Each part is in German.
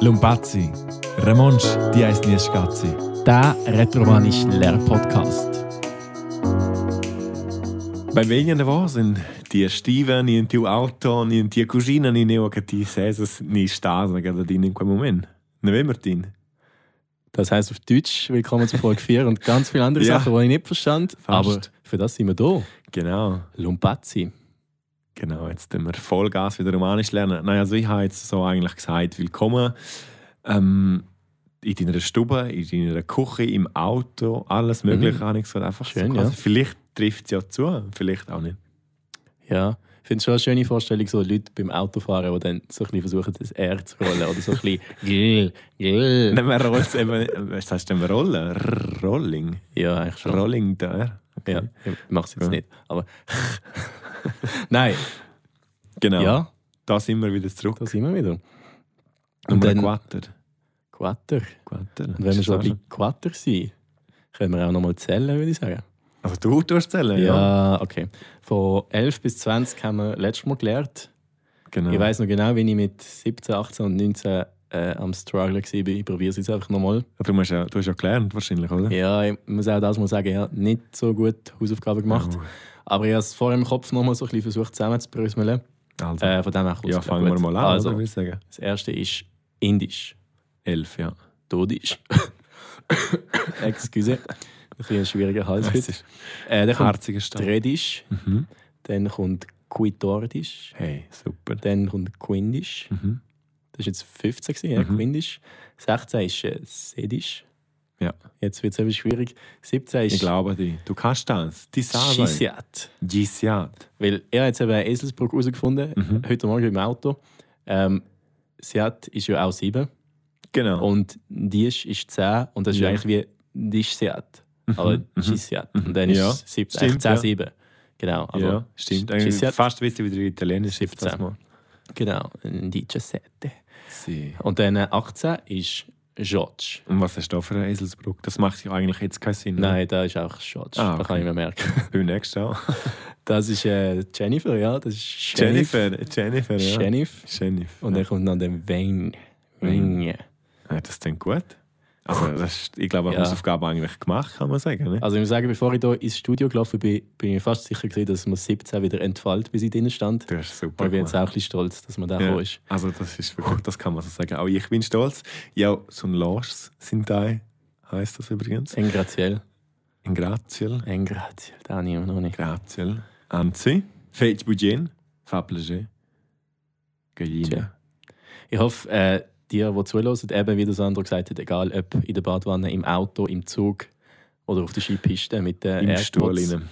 Lumpazzi, Ramonsch, die heisst nie Schatzi. Der retromanische Lehrpodcast. Bei welchen war sind die Stieve, nie die Auto, nie die Cousine, nie neo che ti sesas, nie Stasa, gerade in quel Moment. Ne Wimmertin. Das heisst auf Deutsch, willkommen zu Folge 4 und ganz viele andere Ja. Sachen, die ich nicht verstand. Aber für das sind wir da. Genau. Lumpazzi. Genau, jetzt tun wir Vollgas wieder Romanisch lernen. Nein, also ich habe jetzt so eigentlich gesagt, willkommen ähm, in deiner Stube, in deiner Küche, im Auto, alles mögliche, habe ich gesagt. Einfach Mhm. Schön, so quasi. ja. Vielleicht trifft es ja zu, vielleicht auch nicht. Ja. Ich finde es schon eine schöne Vorstellung, so Leute beim Autofahren, die dann so ein bisschen versuchen, das R zu rollen oder so ein bisschen gl, gl. Nein, man rollt es eben, was heißt denn rollen? R Rolling. Ja, eigentlich schon. Rolling der R. Okay. Ja, ich mache es jetzt Ja. nicht. Aber nein, Genau, ja, da sind wir wieder zurück. da sind wir wieder. Nummer dann- Quater. Quater. Quater. Und wenn wir Ist schon das ein bisschen Quater sind, können wir auch nochmal zählen, würde ich sagen. Also du tust zählen, ja. Ja, okay. Von 11 bis 20 haben wir letztes Mal gelernt. Genau. Ich weiß noch genau, wie ich mit 17, 18 und 19 äh, am Strugglen war. Ich probiere es jetzt einfach nochmal. Darum hast du, ja- du hast ja gelernt wahrscheinlich, oder? Ja, ich muss auch das mal sagen, ich habe nicht so gut Hausaufgaben gemacht. Oh, Aber ich habe es vorher im Kopf nochmal so ein bisschen versucht zusammenzubröseln. Also, Äh, von dem her kommt ja, es fangen gut. wir mal an, also. Also, würde ich sagen. das erste ist Indisch. Elf, ja. Todisch. Excuse. Ein bisschen ein schwieriger Hals heute. ist Äh, dann kommt harziger Stand. Tredisch, Mhm. dann kommt Quitordisch. Hey, super. Dann kommt Quindisch. Mhm. Das war jetzt 15, gewesen, ja, Mhm. Quindisch. 16 ist äh, Sedisch. Ja. Jetzt wird es eben schwierig. 17 Ich ist glaube dir. Du kannst das. Die Sache. Schisiat. Gisiat. Weil er jetzt eben eine Eselsbrücke herausgefunden Mhm. heute Morgen im Auto. Ähm, Siat ist ja auch 7 Genau. und Disch ist 10 und das ist Ja. eigentlich wie Disch Siat. Aber mhm. Gisiat. Und dann ist Ja. es 17, Stimmt, eigentlich 10, ja. 7. Genau. Aber ja, stimmt. Eigentlich Gisiat. Fast ein bisschen wie der Italienisch. jetzt 17. das Mal. Genau. Dice 7. Sie. Und dann äh, 18 ist Jotsch. Und was hast du da für eine Eselsbrücke? Das macht ja eigentlich jetzt keinen Sinn. oder? Nein, da ist auch Schatz. Ah, Da okay. kann ich mir merken. Für den nächsten auch. Das ist äh, Jennifer, ja. Das ist Jennifer. Jennifer, ja. Jennifer. Jennifer. Und dann kommt noch der Wayne. Mhm. Wayne. ja, das klingt gut. Also, das ist, ich glaube, eine Ja. Hausaufgabe eigentlich gemacht, kann man sagen. Ne? Also ich muss sagen, bevor ich hier ins Studio gelaufen bin, bin ich mir fast sicher gewesen, dass man 17 wieder entfällt, bis ich drinnen stand. Du hast super Aber ich bin gemacht. jetzt auch ein bisschen stolz, dass man da Ja, ja. ist. Also das ist wirklich, das kann man so sagen. Auch ich bin stolz. Ja, so ein Lars sind da, heißt das übrigens. Engratiel. In Graziel. Engratiel, da habe ich immer noch nicht. Graziel. Anzi. Fetch Budien. Fablege. Tja. Galline. Ich hoffe, äh, dir, die zuhören, eben wie der Sandro gesagt hat, egal ob in der Badwanne, im Auto, im Zug oder auf der Skipiste mit den Im AirPods. Stuhl rein.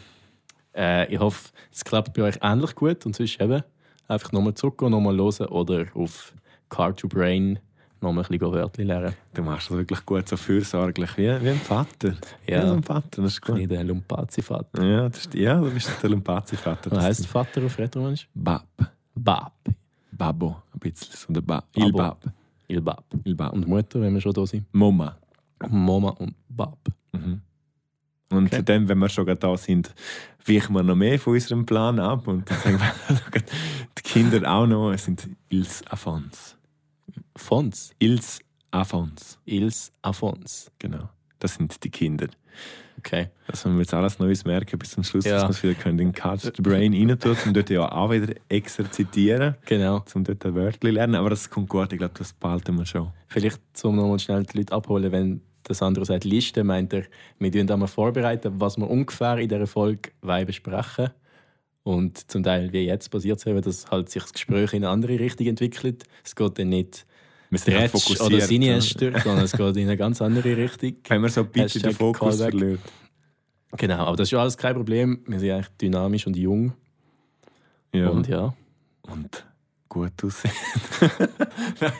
Äh, ich hoffe, es klappt bei euch ähnlich gut und sonst eben einfach nochmal zurückgehen, nochmal hören oder auf Car to Brain nochmal ein bisschen Wörtchen lernen. Du machst das wirklich gut, so fürsorglich, wie, wie ein Vater. Wie so Ja, ein Vater, das ist ein gut. bisschen der Lumpazi-Vater. Ja, das ist, ja, du bist der Lumpazi-Vater. Was Das- heisst Vater auf Retromanisch? Bab. Bab. Babo. Ein bisschen. So der ba Il Babo. Bab. Il Bab. Il Bab. Und Mutter, wenn wir schon da sind. Mama. Mama und Bab. Mhm. Und Okay. dann, wenn wir schon gerade da sind, weichen wir noch mehr von unserem Plan ab und dann sagen wir, schaut, die Kinder auch noch, es sind Ils Afons. Fons. Ils Afons, Ils Afons. genau. Das sind die Kinder. Okay. Das müssen wir jetzt alles Neues merken bis zum Schluss, Ja. dass wir es wieder können, in den Catch the Brain rein tun, um dort ja auch wieder exerzitieren, Genau. um dort ein Wörtchen lernen. Aber das kommt gut, ich glaube, das behalten wir schon. Vielleicht, um nochmal schnell die Leute abholen, wenn der Sandro sagt Liste, meint er, wir tun einmal vorbereiten, was wir ungefähr in dieser Folge wollen besprechen Und zum Teil, wie jetzt passiert es eben, dass halt sich das Gespräch in eine andere Richtung entwickelt. Es geht dann nicht Wir sind halt Dretsch oder fokussiert. Siniester, sondern es geht in eine ganz andere Richtung. Wenn wir so ein bisschen den Hashtag Fokus Callback. verlieren. Genau, aber das ist ja alles kein Problem. Wir sind eigentlich dynamisch und jung. Ja. Und ja, und gut aussehen. Nein.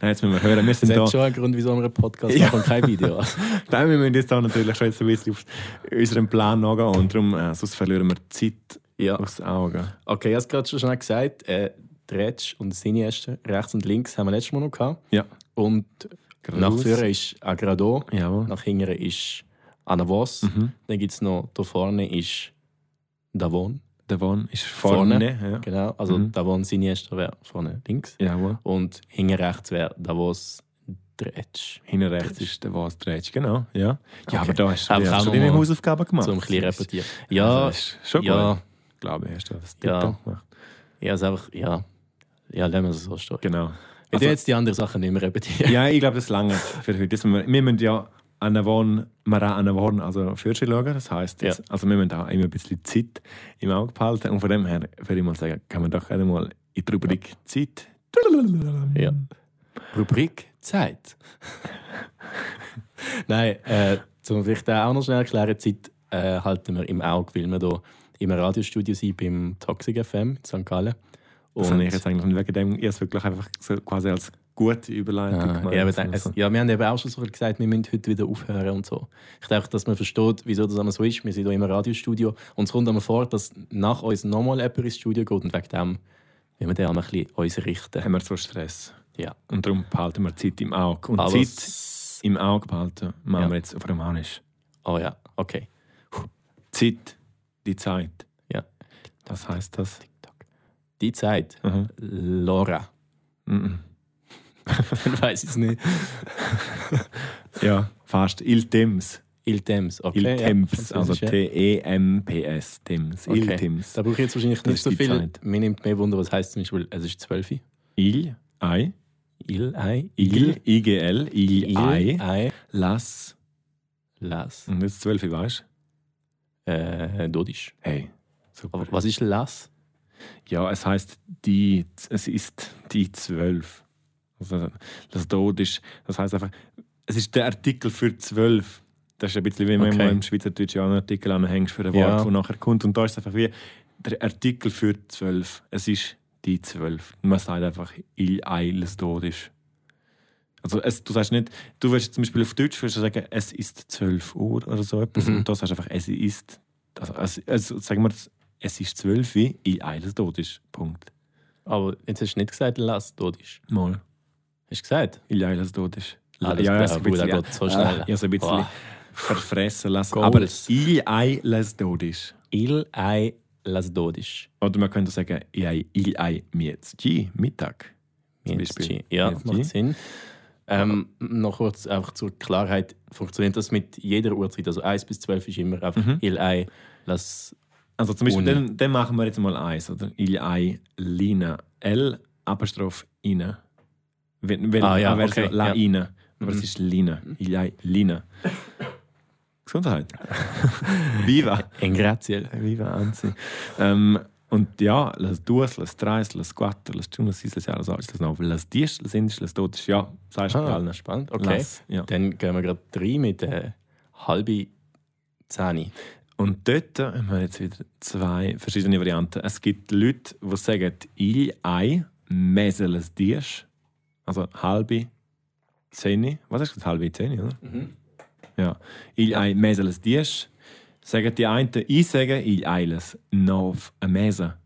Nein, jetzt müssen wir hören. Wir das sind da. hat schon einen Grund, wieso wir einen Podcast Ja. machen und kein Video. Nein, wir müssen jetzt da natürlich schon jetzt ein bisschen auf unseren Plan nachgehen und darum, äh, sonst verlieren wir die Zeit ja. aus den Augen. Okay, ich habe es gerade schon schnell gesagt. Äh, Dretsch und Siniester, rechts und links, haben wir letztes Mal noch gehabt. Ja. Und Geradeaus. nach vorne ist Agrado, Jawohl. nach hinten ist Anavos, Mhm. dann gibt es noch, da vorne ist Davon Der One ist vorne. ja. Genau, also Mhm. Davon Siniestra wäre vorne links Jawohl. und hinten rechts wäre Davos Dretsch. Hinten rechts ist der was dreht, genau. Ja, ja aber da hast du, Einfach hast du auch noch deine mal Hausaufgaben gemacht. Zum ein bisschen repetieren. Also, Ja, Ah, das ist schon ja, gut. Glaube ich, hast du das Ja. tiptop gemacht. ja, ist einfach, ja. Ja, lassen wir es so stehen. Genau. Wir Also- also, jetzt die anderen Sachen nicht mehr repetieren. ja, ich glaube, das lange für heute. Das, wir, wir müssen ja an der Wohn, wir auch an der Wohn, also Fürsche schauen. Das heisst, jetzt, Ja. also wir müssen auch immer ein bisschen Zeit im Auge behalten. Und von dem her würde ich mal sagen, kann man doch einmal in die Rubrik Zeit. Ja. Rubrik Zeit. Nein, äh, zum vielleicht auch noch schnell erklären, Zeit äh, halten wir im Auge, weil wir hier im Radiostudio sind beim Toxic FM in St. Gallen. Das habe ich jetzt eigentlich nicht wegen dem erst wirklich einfach so quasi als gute Überleitung Ah, gemeint. ja, aber dann, Also, es, ja, wir haben eben auch schon so gesagt, wir müssen heute wieder aufhören und so. Ich denke, dass man versteht, wieso das immer so ist. Wir sind hier im Radiostudio und es kommt einmal vor, dass nach uns nochmal jemand ins Studio geht und wegen dem müssen wir dann einmal ein bisschen uns richten. haben wir so Stress. Ja. Und darum behalten wir Zeit im Auge. Und Aber Zeit s- im Auge behalten machen Ja. wir jetzt auf Romanisch. Oh ja, okay. Zeit, die Zeit. Ja. Was heißt das? Die Zeit. Mhm. Laura. Mhm. Dann weiß ich es nicht. Ja, fast. Il Tims. Il Temps. Okay, Il ja, Temps. Also Französisch, ja. T-E-M-P-S. Tims. Il Okay. Tims. Da brauche ich jetzt wahrscheinlich Das nicht so ist die viel. Zeit. Mir nimmt mehr Wunder, was heißt zum Beispiel, es ist 12. Il, Ei. Il, ei, Il, I-G-L, Il, il, Ei. ei, Lass. las. Und jetzt 12, weißt du? Äh, Dodisch. Hey. Aber Super. was ist las? Ja, es heißt die, es ist die 12. Also das Tod ist, das heißt einfach, es ist der Artikel für 12. Das ist ein bisschen wie wenn Okay. man im Schweizerdeutschen auch einen Artikel anhängst für ein Ja. Wort, das nachher kommt. Und da ist es einfach wie der Artikel für 12. Es ist die 12. Man sagt einfach, il eil es Tod ist. Also es, du sagst nicht, du willst zum Beispiel auf Deutsch würdest du sagen, es ist 12 Uhr oder so etwas. Mhm. Und da sagst du einfach, es ist, also, es, also sagen wir, es ist 12 Uhr, in eines tot ist. Punkt. Aber jetzt hast du nicht gesagt, las, Dodisch. Mal. Hast du gesagt? In eines tot ist. Ah, das- ja, ah, so ein gut, bisschen, das geht so ah, schnell. Ja, so ein bisschen Boah. verfressen lassen. Goals. Aber in eines tot ist. Il, ei, las, Dodisch. Oder man könnte sagen, in ein- in ein Mietzi, Mittag. Zum Jetzt Beispiel. G. Ja, Jetzt G. macht Sinn. Ähm, noch kurz einfach zur Klarheit: Funktioniert das mit jeder Uhrzeit? Also 1 bis 12 ist immer einfach Mhm. il, ei, las. Also zum Beispiel, Ohne. dann, dann machen wir jetzt mal eins, oder? Il ei lina. L Apostroph ina. Wenn, wenn, Ah, ja, ah, wär's okay, la ja. ina. Aber Mhm. es ist lina. Il ei lina. Gesundheit. Viva. En grazie. Viva Anzi. ähm, und ja, las duas, las tres, las cuatro, las chunas, sis, las jaras, las nove, las dies, las indis, las totis. Ja, sagst du bei allen. Ah, spannend. Okay. Las, ja. Dann gehen wir gerade rein mit äh, halbe Zähne. Und dort haben wir jetzt wieder zwei verschiedene Varianten. Es gibt Leute, die sagen, il ei meseles Disch. Also halbe Zähne. Was hast du gesagt? Halbe Zähne, oder? Ja. Il ei meseles Disch. Sagen die einen, ich sage il eiles nov a mesa.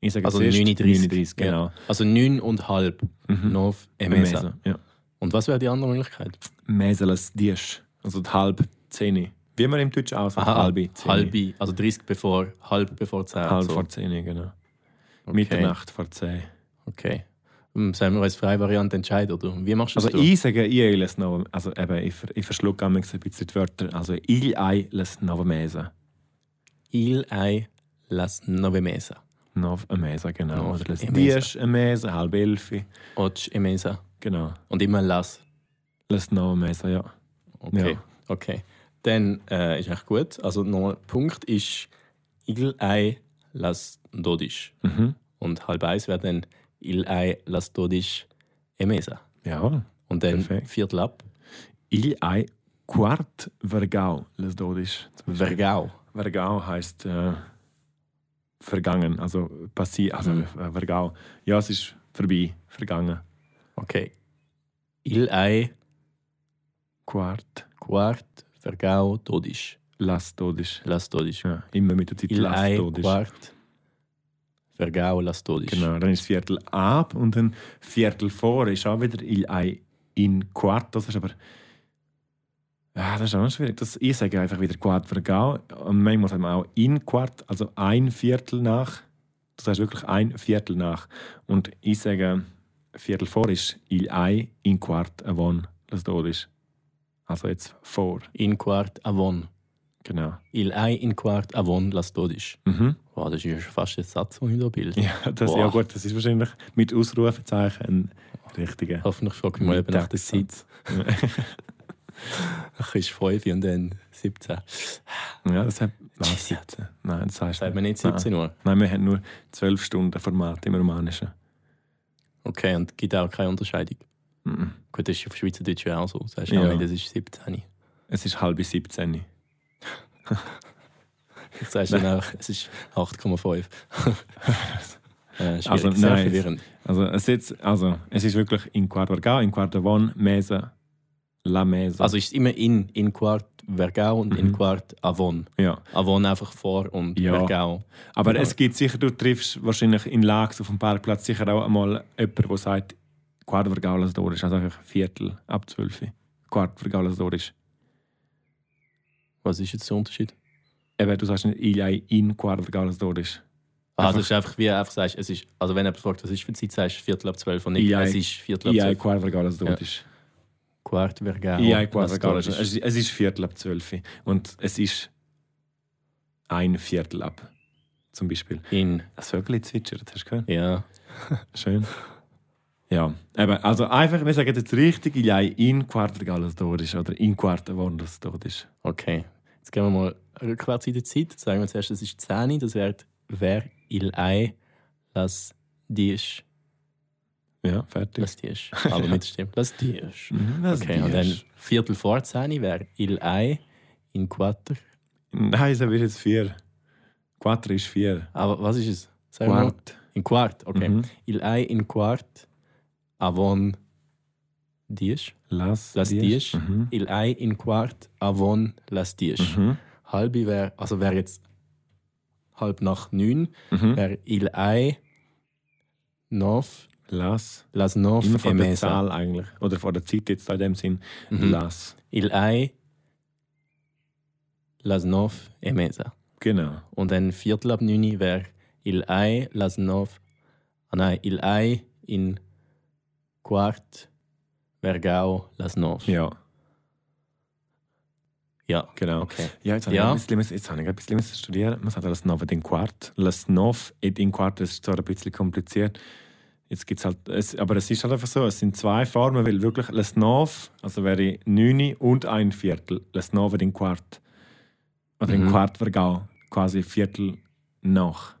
Ich sage Also zuerst 39. 39, genau. Also 9 und halb. Mhm. Nov, A emesa. mesa. Ja. Und was wäre die andere Möglichkeit? Meseles Disch. Also die halbe Zähne. Wie man im Deutschen auch sagt, Ah, halbe Zähne. halbe, also 30 bevor, halb bevor 10. Halb so. vor Zähne, genau. okay. Mitternacht vor zehn. Okay. Hm, Sollen wir als freie Variante entscheiden, oder? Wie machst du Also das? du? ich sage, ich lese noch, also eben, ich, ver- ich verschlucke manchmal ein bisschen die Wörter. Also ich ei lese noch mesa. Il ei las nove mesa. Noch mesa, genau. Noch Oder lese a die mesa. ist a mesa, halb elfi. Och e mesa. Genau. Und immer las. Lese noch mesa, ja. Okay. Ja. Okay. Dann äh, ist echt gut. Also nochmal, Punkt ist Il ei las dodisch. Mhm. Und halb eins wäre dann Il ei las dodisch e mesa. Jawohl. Und dann Perfekt. Viertel ab. Ich ei quart vergau, lese dort ist. Vergau. Vergau heißt äh, vergangen, also passiert, also Mhm. äh, vergau. Ja, es ist vorbei, vergangen. Okay. Il ei Quart, quart vergau dodisch. las dort ist. Las dodisch. Ja, immer mit der Zeit Il las ei dort ist. quart vergau las dodisch. Genau, dann ist Viertel ab und dann Viertel vor ist auch wieder in, ein, in Quart. Das ist aber Ja, das ist auch noch schwierig. Das, ich sage einfach wieder Quart Vergau. Und manchmal sagt man auch in Quart, also ein Viertel nach. Das heißt wirklich ein Viertel nach. Und ich sage, Viertel vor ist il ein, in Quart avon, das dort ist. Also jetzt vor, In Quart Avon. genau. Il ei in Quart Avon las Todisch. Mhm. Wow, das ist ja schon fast ein Satz, den ich da bilde. Ja, das, Boah. ja, gut, das ist wahrscheinlich mit Ausrufezeichen ein richtiger. Hoffentlich frage Also, ich mal eben nach der Zeit. Ich ist 5 und dann 17. Ja, das hat. Was? Jesus. 17? Nein, das heißt Sagt man nicht 17 Uhr. Nein, wir haben nur 12 Stunden Format im Romanischen. Okay, und gibt auch keine Unterscheidung. Mhm. Gut, das ist auf Schweizerdeutsch ja auch so. Sagst du Ja. auch nicht, das ist 17. Es ist halb 17. Ich sage dann auch, es ist 8,5. äh, schwierig, Also, sehr nein. verwirrend. Also es, jetzt, also, es ist wirklich in Quarto Vergau, in Quarto Von, Mesa, La Mesa. Also ist es immer in, in Quart Vergau und in Mhm. Quart Avon. ja. Avon einfach vor und Ja. Vergau. Aber Genau. es gibt sicher, du triffst wahrscheinlich in Lags auf dem Parkplatz sicher auch einmal jemanden, der sagt, Quarto Vergau, das dort ist. Also einfach Viertel ab 12. Quarto Vergau, das dort ist. Was ist jetzt der Unterschied? Eben, du sagst nicht, ich ei in Quarto Vergau, das dort ist. Ah, Einfach- das ist einfach, wie du einfach sagst, es ist, also wenn jemand fragt, was ist für Zeit, sagst du Viertel ab zwölf und nicht, Ja. es ist Viertel ab Ich ei zwölf. Quarto Vergau, das dort Ja. ist. Quart Vergau. Ich ei Quarto was Vergau, dort das ist. Es ist- Es ist Viertel ab 12. Und es ist ein Viertel ab, zum Beispiel. In, Das Vögel zwitschert, hast du gehört? ja. Schön. Ja, eben, also einfach, wir sagen jetzt richtig, ich lei in Quarter Galles dort ist oder in Quarter Wanders dort ist. Okay, jetzt gehen wir mal rückwärts in der Zeit. Jetzt Sagen wir zuerst, es ist 10, das wäre «Wer il ei las dies, Ja, fertig. las dies». Aber mit Stimme. «Las dies». Mhm, das Okay, und dann Viertel vor 10 wäre «Il ei in quater». Nein, so ist jetzt vier. Quarter ist vier. Aber was ist es? Sag mal. Quart. In quart, okay. Mhm. «Il ei in quart avon dies». Lass, Lass dies. Mhm. «Il ei in quart avon las dies». Mhm. Halbi wäre, also wäre jetzt halb nach 9. Mhm. per il ei nov Lass. las nov Immer vor der emesa. Zahl eigentlich. Oder vor der Zeit jetzt in dem Sinn. Mhm. Lass. Il ei las nov emesa. Genau. Und ein Viertel ab 9 wäre il ei las nov. Ah nein, il ei in quart vergau las nov. Ja, ja. genau. Okay. Ja, jetzt habe Ja. ich ein bisschen, jetzt habe ich ein bisschen müssen studieren. Man sagt das Nove den E Quart. Das Nov et E in Quart das ist zwar ein bisschen kompliziert. Jetzt gibt's halt, es, aber es ist halt einfach so, es sind zwei Formen, weil wirklich das Nov, also wäre 9 und ein Viertel, das Nove den E Quart. Oder den Mhm. Quart Vergau, quasi Viertel nach.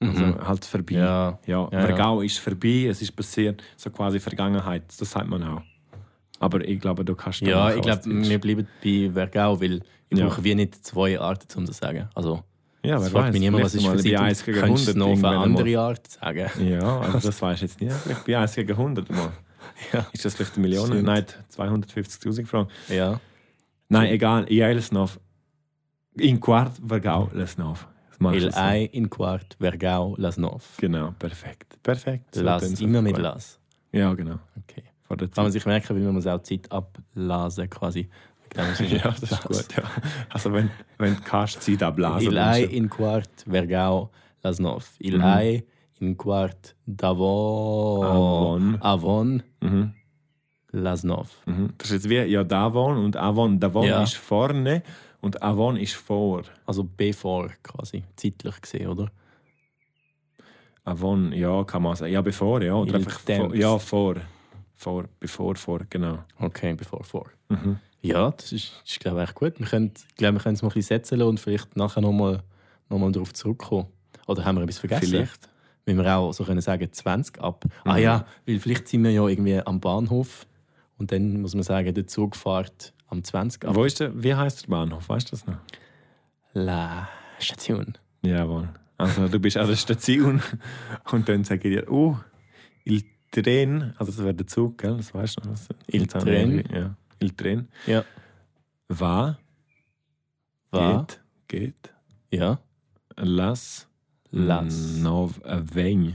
Also Mhm. halt vorbei. Ja. Ja, Ja, Vergau ist vorbei, es ist passiert, so quasi Vergangenheit, das sagt man auch. Aber ich glaube, du kannst da Ja, machen, ich was glaube, du willst. wir bleiben bei Vergau, weil ich Ja. brauche wie nicht zwei Arten, um das zu sagen. Also, Ja, es wer fragt weiß, mich niemand, was vielleicht ist mal für bei Zeit. 1 und gegen Könntest du 100 es noch auf eine irgendwann mal. andere Art sagen? Ja, also das weiß ich jetzt nicht. Vielleicht bei 1 gegen 100 mal. Ja. Ist das vielleicht eine Million? Stimmt. Nein, 250.000 Franken. Ja. Nein, egal. Ich eiles noch. In Quart vergau les noch. Das machst Il du so. ei in quart vergau las nov. Genau, perfekt. Perfekt. So, Las dann so immer mit gut. las. Ja, genau. Okay. Vor der Kann Zeit. man sich merken, weil man muss auch Zeit ablasen quasi. Ja, das ist gut. Ja. Also wenn, wenn du kannst, Zeit abblasen. Il dann ei schon. in quart vergau las nov. Il Mhm. ei in quart davon Avon. avon Mhm. las nov. Mhm. Das ist jetzt wie ja, Davon und Avon. Davon Ja. ist vorne und Avon ist vor. Also bevor quasi, zeitlich gesehen, oder? Avon, ja, kann man sagen. Ja, bevor, ja. Oder Il einfach vor, temps. ja, vor. Vor, bevor, vor, genau. Okay, bevor, vor. Mhm. Ja, das ist, ist glaube ich, echt gut. Wir können, ich glaube, wir können es mal ein bisschen setzen lassen und vielleicht nachher nochmal noch mal darauf zurückkommen. Oder haben wir etwas vergessen? Vielleicht. Wenn wir auch so können sagen, 20 ab. Ah Mhm. ja, weil vielleicht sind wir ja irgendwie am Bahnhof und dann muss man sagen, der Zug fährt am 20 ab. Wo ist der, wie heißt der Bahnhof? Weißt du das noch? La Station. Jawohl. Also, du bist an der Station und dann sage ich dir, oh, il tren, also das wäre der Zug, gell? Das weißt du noch. was- Il tren. Ja. Il tren. Ja. Va, War? geht, geht. Ja. Las, Las. Nov, äh, Veng.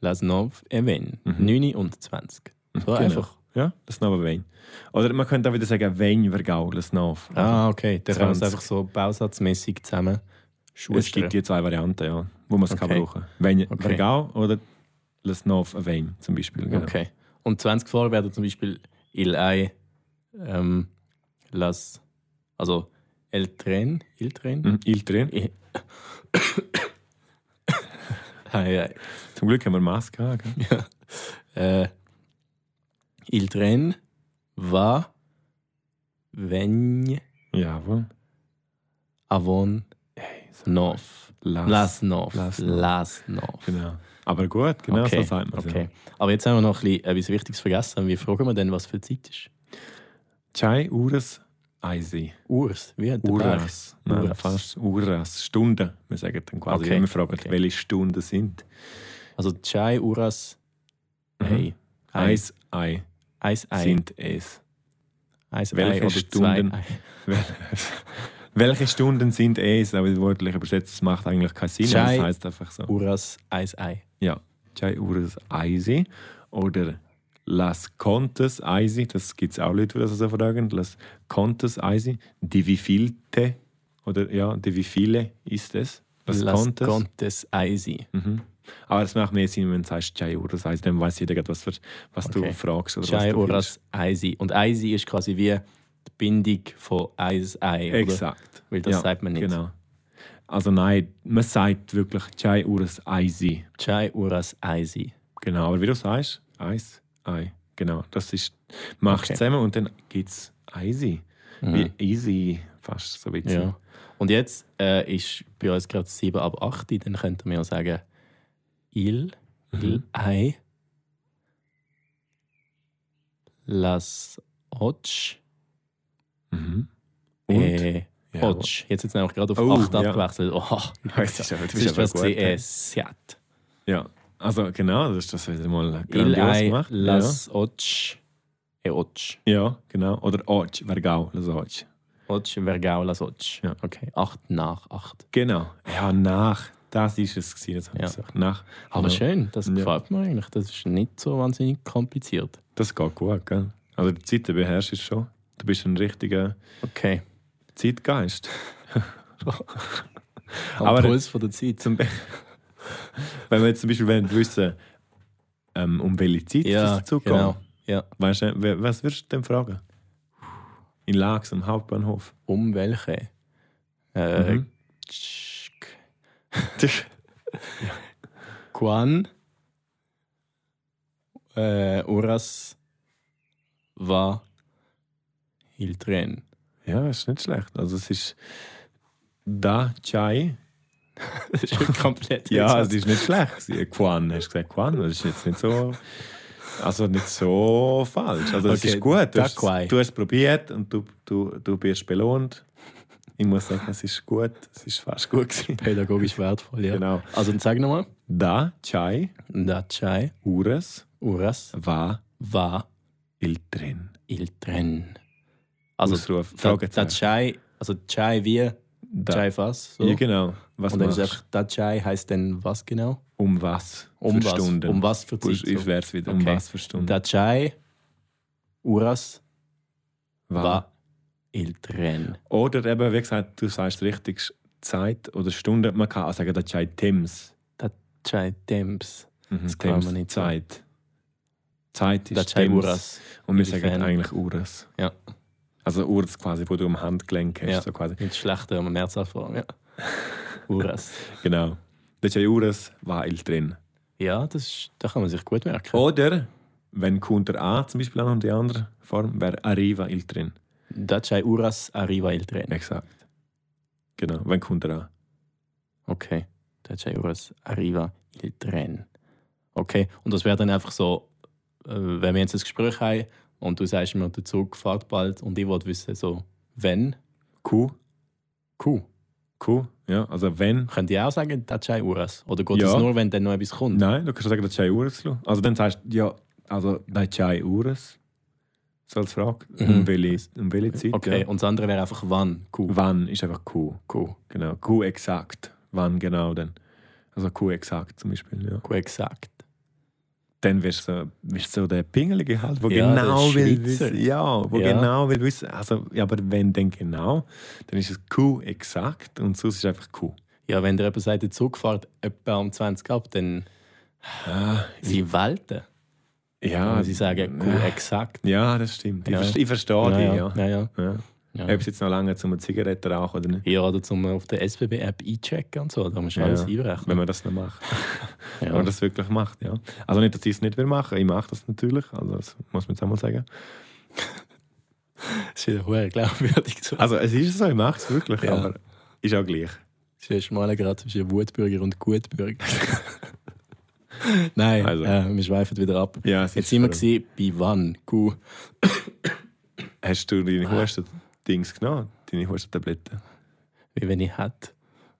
Las Nov Even. Mhm. 9 und 20. So Genau. einfach. Ja? das Nova Wein. Oder man könnte auch wieder sagen, Wein vergau, das Nova. Ah, okay. Dann kann man es 20. einfach so bausatzmäßig zusammen es gibt die zwei Varianten, ja, wo man es kann Okay. brauchen Wein Okay. vergau oder das Nova Wein zum Beispiel. Genau. Okay. Und 20 Fahrer werden zum Beispiel Il Ei, ähm, Las, also El Tren, Il Tren? Mhm, Il drin. I- Ei, ei. Zum Glück haben wir Maske. an, gell? Äh, Il Tren va vegne Jawohl. avon nov. Las. Las nov. Las Nov. Las nov. Genau. Aber gut, genau okay. so sagt man es. okay. Ja. Aber jetzt haben wir noch ein bisschen etwas Wichtiges vergessen. Wie fragen wir denn, was für Zeit ist? Chai, Ures, Eisi. Urs, wie hat der Berg? Uras. Nein, Uras. fast Uras. Stunden. Wir sagen dann quasi, Okay. wenn wir fragen, Okay. welche Stunden sind. Also Chai, Uras, Mhm. Ei. Eis, Ei, Eis, Ei. sind es. Eis, Ei Welche oder Stunden? zwei Ei. Wel- welche Stunden sind es? Aber wörtlich übersetzt, das macht eigentlich keinen Sinn. aber Chai- Das heißt einfach so. Uras, Eis, Ei. Ja. Chai, Uras, Eisi. Oder Las Contes, Eisi. Das gibt es auch Leute, die das so fragen. Las Contes, Eisi. Die wievielte? Oder ja, die wie viele ist es? Las, Contes. Contes Eisi. Mhm. Aber es macht mehr Sinn, wenn du sagst Chai Uras Eis, dann weiß jeder gerade, was, für, was du Okay. fragst. Oder was Chai, du Uras, Eisi. Und Eisi ist quasi wie die Bindung von Eis, Ei. willst. Oder? Exakt. Weil das sagt man nicht. Genau. Also nein, man sagt wirklich Chai Uras Eisi. Chai, Uras, Eisi. Genau, aber wie du sagst, Eis, Ei. Genau, das ist, machst Okay. Mhm. zusammen und dann gibt es Eisi. Wie easy, fast so ein bisschen. Ja. Und jetzt äh, ist bei uns gerade 7 ab 8, Uhr, dann könnten wir ja sagen Il, Mhm. Il, Ei, Las Otsch, Mhm. Und? äh, Ja. Otsch. Jetzt sind wir einfach gerade auf Oh, 8 ja. abgewechselt. Oha, Jetzt ist aber- das du bist ist aber was gut, äh, ey. Siat. Ja, also genau, das ist das wieder mal Il, grandios Ei, gemacht. Las Otsch, E Otsch. ja. ja, genau. Oder Otsch, Vergau, das Otsch. Otsch, Vergau, Las Otsch. Ja. Okay, 8 nach 8. Genau. Ja, nach. Das ist es gewesen. Das hab ich Ja. gesagt. Nach. Aber Genau. schön, das Ja. gefällt mir eigentlich. Das ist nicht so wahnsinnig kompliziert. Das geht gut, gell? Also die Zeit beherrschst du schon. Du bist ein richtiger Okay. Zeitgeist. Am Aber- Puls von der Zeit. Zum Be- Wenn wir jetzt zum Beispiel wollen wissen, ähm, um welche Zeit ja, es dazu kommt, genau. Ja. weißt du, wer- was würdest du denn fragen? In Lags am Hauptbahnhof. Um welche? Äh, Mhm. tschk. Quan äh, Uras war il tren. ja, ist nicht schlecht. Also es ist da Chai. Das ist schon komplett Ja, es jetzt. ist nicht schlecht. äh, Quan, hast du gesagt Quan? Das ist jetzt nicht so. Also nicht so falsch. Also es Okay, ist gut. Du hast, Dakwai. du hast es probiert und du, du, du wirst belohnt. Ich muss sagen, es ist gut. Es ist fast gut gewesen. pädagogisch wertvoll. Ja. Genau. Also dann sag nochmal. Da Chai Dachai Ures Uras war war il drin. il tren. Also Ausruf, da, Fragezeichen. da Chai, also Chai wir, Da. Chai was. So. Ja, genau. Was Und dann machst ist du? einfach Dachai heißt dann was genau? Um was? Um für was? Stunden. Um was für Zeit? Ich, ich So. wär's wieder. Um Okay. was für Stunden? Dachai Uras Wa. war il tren. Oder eben, wie gesagt, du sagst richtig Zeit oder Stunde. Man kann auch sagen, da Chai Temps. Dachai Temps. Mhm, Das kann Temps, man nicht so. Zeit. Zeit ist Dachai Temps. Uras. Und wir Inwiefern? sagen eigentlich Uras. Ja. Also Uras quasi, wo du am Handgelenk hast. Ja. So quasi. Mit schlechter und Mehrzahlform, ja. Uras. Genau. Dachai Uras war il drin. Ja, das, ist, das kann man sich gut merken. Oder, wenn Kunter A zum Beispiel an und die andere Form, wäre Arriva il drin. Dachai Uras arriva il tren. Exakt. Genau, wenn Kunter A. Okay. Dachai Uras arriva il tren. Okay. Und das wäre dann einfach so, äh, wenn wir jetzt ein Gespräch haben und du sagst mir, der Zug fährt bald und ich wollte wissen, so, wenn. Q, Cool. Q, ja, also wenn. Könnt ihr auch sagen, Dachai Uras? Oder geht es Ja. nur, wenn dann noch etwas kommt? Nein, du kannst sagen Dachai Uras. schau. Also dann sagst du, ja, also Dachai Uras. So als Frage. Um, Mhm. welche, um welche Zeit? Okay, Ja. und das andere wäre einfach wann. Cool. Wann ist einfach Q. Cool. Genau, Q exakt. Wann genau denn? Also Q exakt zum Beispiel, ja. Cool gesagt. dann wirst du so, wirst du so der Pingelige halt, wo Ja, der genau will Schweizer. wissen. Ja, wo Ja. genau will wissen. Also, ja, aber wenn dann genau, dann ist es Q exakt und sonst ist es einfach Q. Ja, wenn der jemand sagt, die Zugfahrt etwa um 20 ab, dann Ah, sie walten. ja, Und sie sagen, cool, exakt. ja, das stimmt. Ich, Ja. verste- ich verstehe dich, ja. ja, ja. Ja. ja. Ob es jetzt noch lange zum Zigaretten rauchen oder nicht, Ja, oder zum äh, auf der SBB-App einchecken und so, da musst du Ja. alles einrechnen. wenn man das noch macht. Wenn Ja. man das wirklich macht, ja. Also nicht, dass ich es nicht mehr mache, ich mache das natürlich, also das muss man jetzt einmal sagen. Das ist wieder hoher glaubwürdig. So. Also es ist so, ich mache es wirklich, Ja. aber ist auch gleich. Das ist ein schmaler Grad zwischen Wutbürger und Gutbürger. Nein, Also. äh, wir schweifen wieder ab. Ja, es Jetzt ist sind wir verrückt. gewesen, bei wann? Gu. Hast du deine Husten-Dings genommen? Deine Hustentabletten? Wie wenn ich hätte.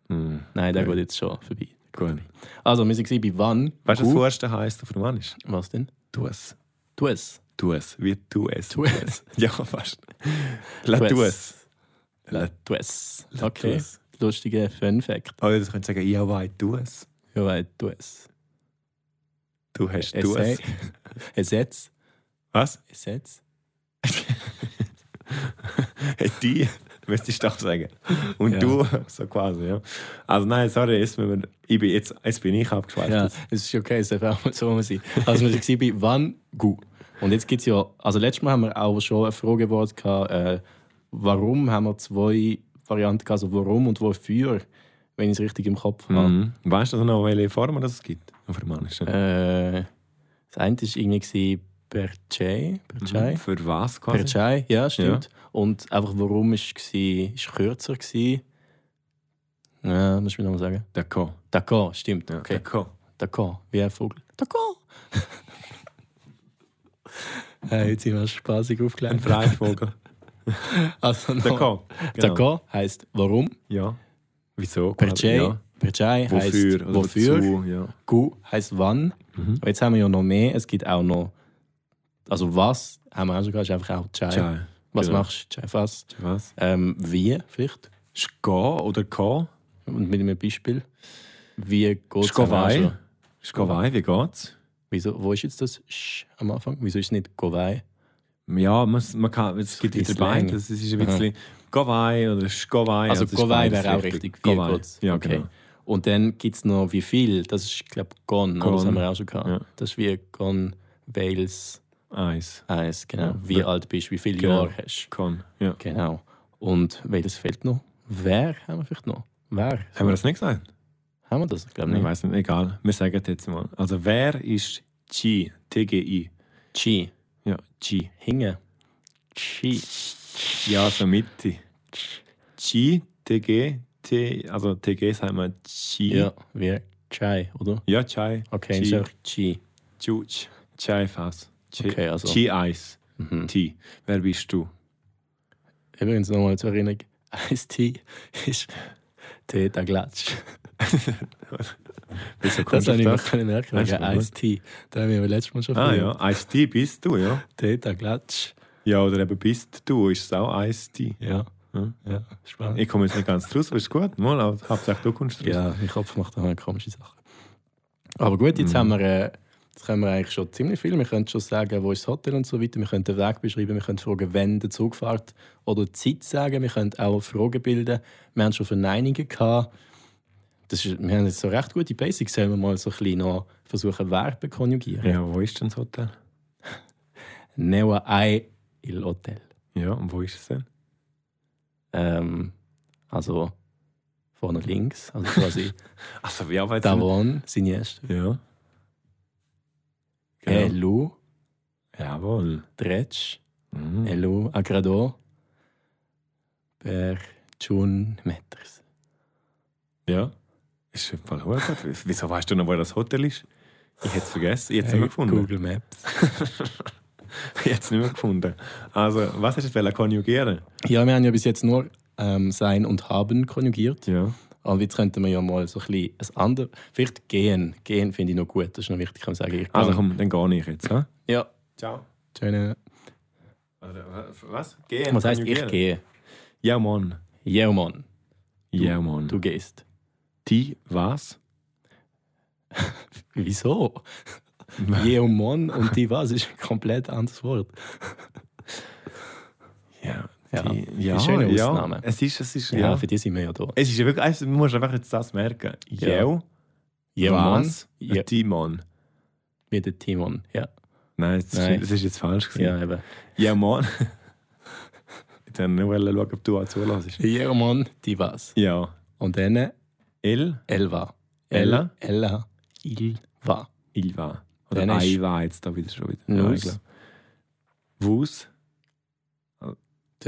Hm, Nein, der Ja. geht jetzt schon vorbei. gut. Also, wir sind gewesen bei wann? Weißt du, was Gu. Husten heisst auf Romanisch? Was denn? Tu es. Tu es. Tu es. Wie tu es. Tu es. Ja, fast. La Tu es. tu es. La, Tu es. la tu Okay. es. Lustiger Fun Fact. Oder du könntest sagen, ja, wei, tu es. Ja, weil tu es. Du hast tu Essay. es. Ersetz. Was? Ersetz. Hey, die, müsste ich doch sagen. Und Ja. du, so quasi, ja. Also nein, sorry, jetzt, müssen wir, ich bin, jetzt, jetzt bin ich abgeschweift. Ja, Also, es ist okay, es darf auch mal so sein. Also wir waren bei wann gut. Und jetzt gibt es ja, also letztes Mal haben wir auch schon ein Fragewort gehabt, äh, warum haben wir zwei Varianten gehabt, also warum und wofür, wenn ich es richtig im Kopf habe. Mhm. Weißt du noch, welche Formen das es gibt? Auf Romanisch. ne? Äh, das eine war irgendwie Perchei, Perchei, Hm. Für was quasi? Perchei, ja stimmt. Und einfach warum ist gsi, ist kürzer gsi. Ja, muss ich mir nochmal sagen. D'accord. D'accord, stimmt. Ja, okay. D'accord. D'accord, wie ein Vogel. D'accord. hey, jetzt sind wir spaßig Ein aufgelegt. Freivogel. Also no. D'accord. genau. D'accord heisst warum. Ja. Wieso? Perchei Genau, Ja. Perchei heisst Wofür? Oder wofür. wozu, Ja. Gu heisst wann. Mhm. Und jetzt haben wir ja noch mehr. Es gibt auch noch. Also was haben wir auch schon gehabt, ist einfach auch Chai. Chai. Was genau. machst du? Chai was? Was? Ähm, wie vielleicht? Ist go oder ko? Und mit einem Beispiel. Wie geht es Ist go wei? Ist go wei? Wie geht's? Wieso? Wo ist jetzt das Sch am Anfang? Wieso ist es nicht Govai? Ja, man, man kann, es gibt Ein bisschen wieder länger. beides. Es ist ein bisschen go wei oder ist go wei. Also, es ist Govai beides wäre auch richtig. Go Wie wei. geht's? Ja, okay. genau. Und dann gibt es noch wie viel. Das ist, glaube ich, Gone. oder? Das Gone. haben wir auch schon gehabt. Ja. Das ist wie Gone Wales Eis. 1. Genau. Ja. Wie alt bist du, wie viele Genau. Jahre hast Kon. Ja. du. Genau. Und welches fehlt noch? Wer haben wir vielleicht noch? Wer? Haben wir das nicht gesagt? Haben wir das? Ich glaube Ich nicht. weiß nicht, egal. Wir sagen es jetzt mal. Also, wer ist Chi? T-G-I. Chi. Ja, Chi. Hinge. Chi. Ja, so Mitte. Chi, TG, T, also TG sagt man Chi. Ja, wie Chai, oder? ja Chai. Okay, Chi. ist einfach Chi. Chuch. Chai Fass. Chi, Okay, also. Chi Eis. Mhm. T. Wer bist du? Übrigens nochmal zur Erinnerung: Eistee ist Tee der Glatsch. Wieso Das kommst du habe ich auf noch können merken, Das ist wegen mal gut. Eistee. Da haben wir ja letztes Mal schon Ah verwendet. ja, Eis T bist du, ja. Tee der Glatsch. Ja, oder eben bist du, ist es auch Eis T. Ja, Ja. Hm. ja, spannend. Ich komme jetzt nicht ganz draus, aber ist gut. Mal, aber Hauptsache du kommst draus. ja, mein Kopf macht auch eine komische Sache. Aber gut, Mhm. jetzt haben wir. Äh, Jetzt können wir eigentlich schon ziemlich viel. Wir können schon sagen, wo ist das Hotel und so weiter. Wir können den Weg beschreiben. Wir können fragen, wann der Zug fährt oder die Zeit sagen. Wir können auch Fragen bilden. Wir haben schon Verneinungen gehabt. Das ist, wir haben jetzt so recht gute Basics. Sollen wir mal so ein bisschen noch versuchen, Verben konjugieren? ja, wo ist denn das Hotel? Neo ei il hotel. Ja, und wo ist es denn? Ähm, also vorne links, also quasi Also, wie arbeitest du? Davon, Siniest, Ja. Genau. Elu, Jawohl. Dretsch, Mhm. Elu, Agrado, per Jun Meters. Ja. Ist schon voll gut. Wieso weißt du noch, wo das Hotel ist? Ich hätte es vergessen. Ich hätte es Hey, nicht mehr gefunden. Google Maps. Ich hätte es nicht mehr gefunden. Also, was hast du wollen? Konjugieren? Ja, wir haben ja bis jetzt nur ähm, sein und haben konjugiert. Ja. Aber jetzt könnten wir ja mal so ein bisschen ein anderes. Vielleicht gehen. Gehen finde ich noch gut. Das ist noch wichtig, kann man sagen. Ich Also gehe. komm, dann gehe ich jetzt. Ha? Ja, Ciao. schöne. Oder, was? Gehen. Was heißt ich konjugieren. gehe? Ja, Mann. Jeumann, Ja, Mann. du gehst. die was? Wieso? Jeomon und Divas ist ein komplett anderes Wort. Ja, Ja, die, die ja, schöne ja. Ausnahme. Es ist, es ist, Ja, ja. für die sind wir ja da. Es ist ja wirklich, also, man muss einfach jetzt das merken. Ja. Jeo, Jeomon was, Ja. Timon. mit dem Timon. Ja, Nein, es Nein. ist- es ist jetzt falsch gewesen. ja eben. Jeomon. ich wollte nur schauen, ob du auch zulässt. Jeomon, Divas. Ja. Und dann El, Elva. Ella? Ella. Ilva. Ilva. Oder Dann ist- Aiva jetzt da wieder schon wieder. Nuss. ich glaub. Wus. Du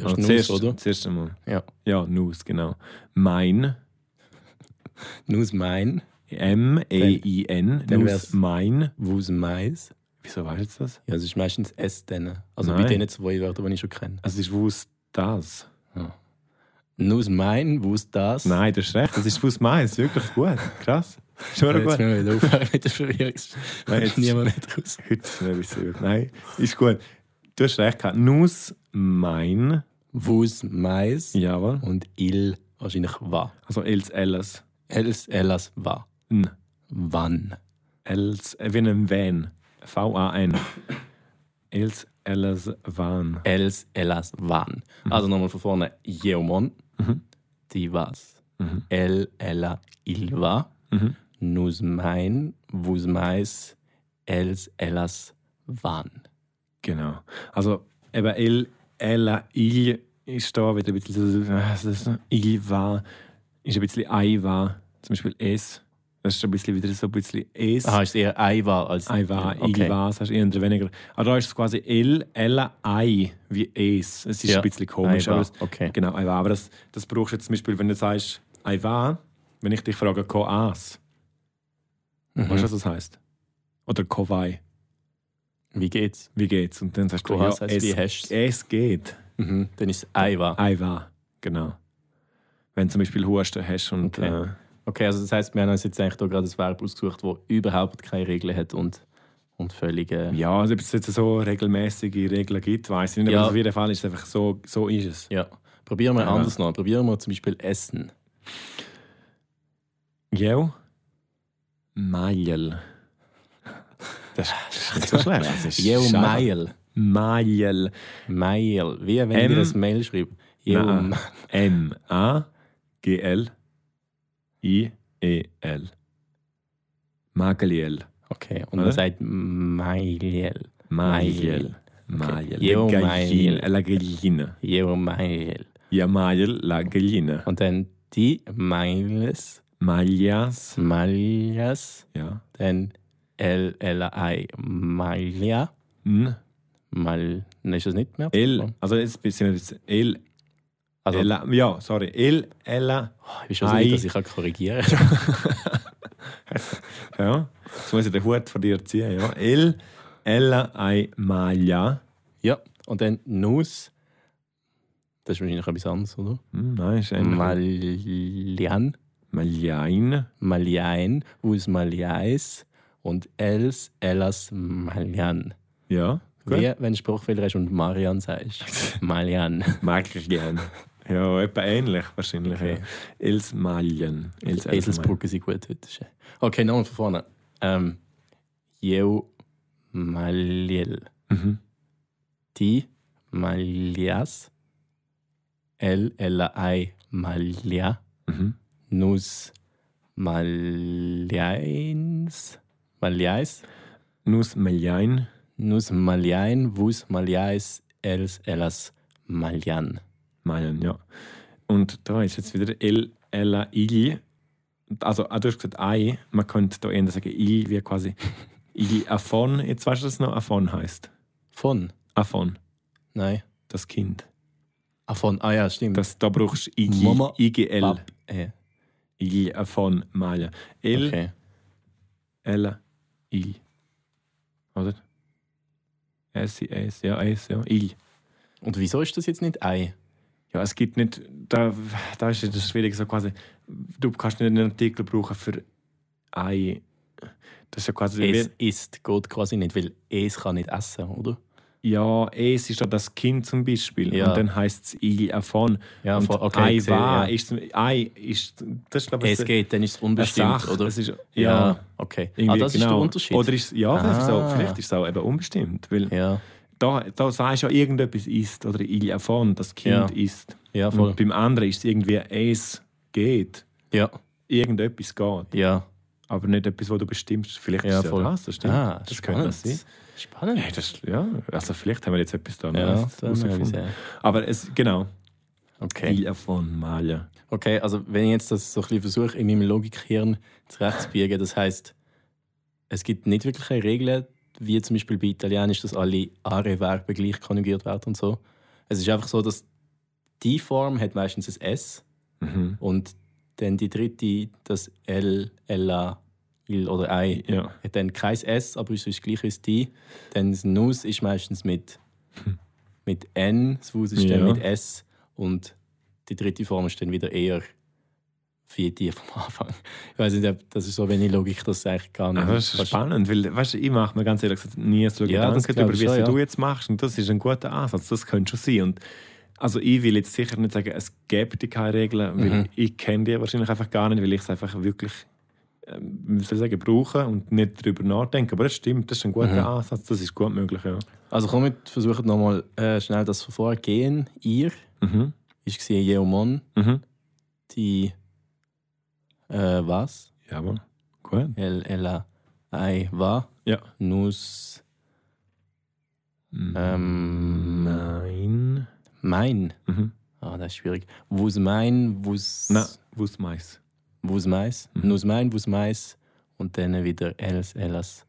Also hast Nuss, zuerst- oder? Zuerst einmal. Ja. Ja, Nus, genau. Mein. Nuss mein, M-E-I-N. dann Nus wär's- mein. Wus meis. Wieso weißt du jetzt das? Ja, es ist meistens S dann. Also bei Nein. denen zwei Wörter, die ich schon kenne. Also es ist Wus das. Nuss mein, Wus das. Nein, das ist recht. Das ist Wus meins. Wirklich gut. Krass. Schon Jetzt gut. müssen wir wieder aufhören mit der Verwirrung. Nein, Jetzt jetzt- niemand mehr raus. Heute ist es bisschen gut. Nein, ist gut. Du hast recht gehabt. Nus mein. Wus meis Jawohl. und il wahrscheinlich wa. Also Els Ellas. Els, ellas wa. N. Wann. Els, äh, wie ein Van. V-A-N. Els Ellas Van. Els, ellas wann. Also nochmal von vorne. Jeomon. Die was. Mhm. El, ella, il wa. Mhm. Nus mein, wus meis, els, ellas wann. Genau. Also eben Il, Ella, Il ist da wieder ein bisschen das ist noch Il war, ist ein bisschen Ei war, zum Beispiel Es. Das ist ein bisschen wieder so ein bisschen Es. Ah, ist eher ei wa als Ei war, Okay. Il war, das hast du eher oder weniger. Aber da ist es quasi Il, Ella, Ei wie Es. Es ist Ja. ein bisschen komisch. Ei wa, Aber es, okay. Genau, Ei war. Aber das, das brauchst du jetzt zum Beispiel, wenn du sagst Ei war, wenn ich dich frage Ko As, Mhm. weißt du, was das heißt? Oder Ko Wei, Wie geht's? wie geht's? Und dann sagst du, Du ja, hast heißt, wie es, hast du es geht. mhm. Dann ist ei wa. Ei war, genau. Wenn du zum Beispiel Husten hast und Okay. äh, Okay, also das heißt, wir haben uns jetzt eigentlich da gerade ein Verb ausgesucht, das überhaupt keine Regeln hat und, und völlig. Äh, ja. ja, also ob es jetzt so regelmäßige Regeln gibt, weiß ich nicht. Ja. Aber auf jeden Fall ist es einfach so, so ist es. Probieren wir Ja. anders noch. Probieren wir zum Beispiel Essen. Gell? Meil. Das ist nicht so schlecht. Das ist Jeo schade. Mail. Meil. Mail. Wie wenn M- ich dir das Mail schreibe? Jeo Nein. Ma- E M-A-G-L-I-E-L. Magaliel. Okay, und man Oder? sagt Mail. Mail. Okay. Mail. Jeo La Mail. Galline. La Galline. Jeo Mail. Ja, Mail, la Gallina. Und dann die Mailes, Malias. Malias, Ja. dann L, L, I, Malia. N. Mal, ne, ist das nicht mehr? El. Also jetzt sind wir jetzt. El. Also, Ella. Ja, sorry. El. Ella. ich weiß Ei. nicht, dass ich kann korrigieren kann. Ja. Jetzt muss ich den Hut von dir ziehen. Ja. El. Ella. Ei. Malia. Ja, und dann Nuss. Das ist wahrscheinlich etwas anderes, oder? Hm, nein, ist ähnlich. Malian, Maliain. Maliain, Us Maliais und Els, Elas, Malian. Ja. Gut. Wie, wenn du Spruchfehler hast und Marian sagst. Malian. Mag ich gern. Ja, etwa ähnlich wahrscheinlich. Okay. Ja. Els Malien. Els Els Malien. Eselsbrücke sind gut heute. schön. Okay, nochmal von vorne. Ähm, Jeu Malil. Mhm. Die Malias. El, Ela, Ei, Malia. Mhm. Nus Maliains. Maliais. Nus Maliain. Nus Maliain. Vus Maliais. Els Elas Malian. Meinen, ja. Und da ist jetzt wieder L, Ella, Il. Also, ah, du hast gesagt Ei. Man könnte da eher sagen I, wie quasi I, Afon. Jetzt weißt du, was noch Afon heißt. Von? Afon, Nein. das Kind. Ah, von. Ah ja, stimmt. Das, da brauchst du IG, Mama, IGL. Bab. Äh, I, Afon, Malen. L, okay. Ella, Il. Oder? S, I, S, ja, S, ja, Il. Und wieso ist das jetzt nicht Ei? Ja, es gibt nicht, da, da ist es schwierig, so quasi, du kannst nicht einen Artikel brauchen für ein, das ist ja quasi, Es ist geht quasi nicht, weil es kann nicht essen, oder? wie- ja, es ist ja das Kind zum Beispiel. Ja. Und dann heißt es I davon. Ja, und von- okay, I gesehen, war ja. ist, I ist, das ist glaube ich Es geht, dann ist es eine unbestimmt, Sache. oder? Es ist, ja, ja, okay. Ah, irgendwie, das ist der genau. Unterschied. Oder ist, ja, vielleicht, ist es auch, Ah. vielleicht ist es auch eben unbestimmt. Weil ja, da, da sagst du ja, irgendetwas ist oder I davon, das Kind Ja. ist. ja, voll. Und beim anderen ist es irgendwie es geht. Ja, Irgendetwas geht. ja. Aber nicht etwas, was du bestimmst. Vielleicht Ja, ist es voll. ja das, das stimmt. Ah, das könnte das sein. Spannend. Hey, das, ja, also vielleicht haben wir jetzt etwas da ja, Neues das haben wir rausgefunden. gesehen. Aber es, genau, Okay. I davon malen. Okay, also wenn ich jetzt das so ein bisschen versuche, in meinem Logikhirn zurechtzubiegen, das heißt, es gibt nicht wirklich eine Regel, wie zum Beispiel bei Italienisch, dass alle Are-Verben gleich konjugiert werden und so. Es ist einfach so, dass die Form hat meistens ein S Mhm. und dann die dritte, das L, Ella, Il oder Ei, Ja. hat dann kein S, aber ist sonst gleich wie das die. Dann das Nus ist meistens mit, mit N, das Wus ist dann Hm. Ja. mit S und die dritte Form ist dann wieder eher wie die vom Anfang. Ich weiß nicht, ob das ist so wenig Logik, dass es eigentlich gar nicht Also das ist fast- spannend, weil weißt, du, ich mache mir ganz ehrlich gesagt nie so Ja, das Gedanken darüber, glaub ich wie schon, es ja. du jetzt machst. Und das ist ein guter Ansatz, das könnte schon sein. Und also ich will jetzt sicher nicht sagen, es gäbe keine Regeln, weil Mhm. ich kenne die wahrscheinlich einfach gar nicht, weil ich es einfach wirklich ähm, wie soll ich sagen, brauche und nicht darüber nachdenke. Aber das stimmt, das ist ein guter Mhm. Ansatz, das ist gut möglich, ja. Also komm, wir versuchen nochmal äh, schnell das Vorgehen. Ihr Mhm. ist gesehen Jeomon, Mhm. die äh, was? Jawohl, gut. L, Ella, Ei, Wa, Ja. Nus, Ähm. Nein. Mein. Mhm. Ah, das ist schwierig. Wo's mein, wo's, Na, wusste meins. wo's meins, Mhm. nus mein, wo's meins und dann wieder els, ellas,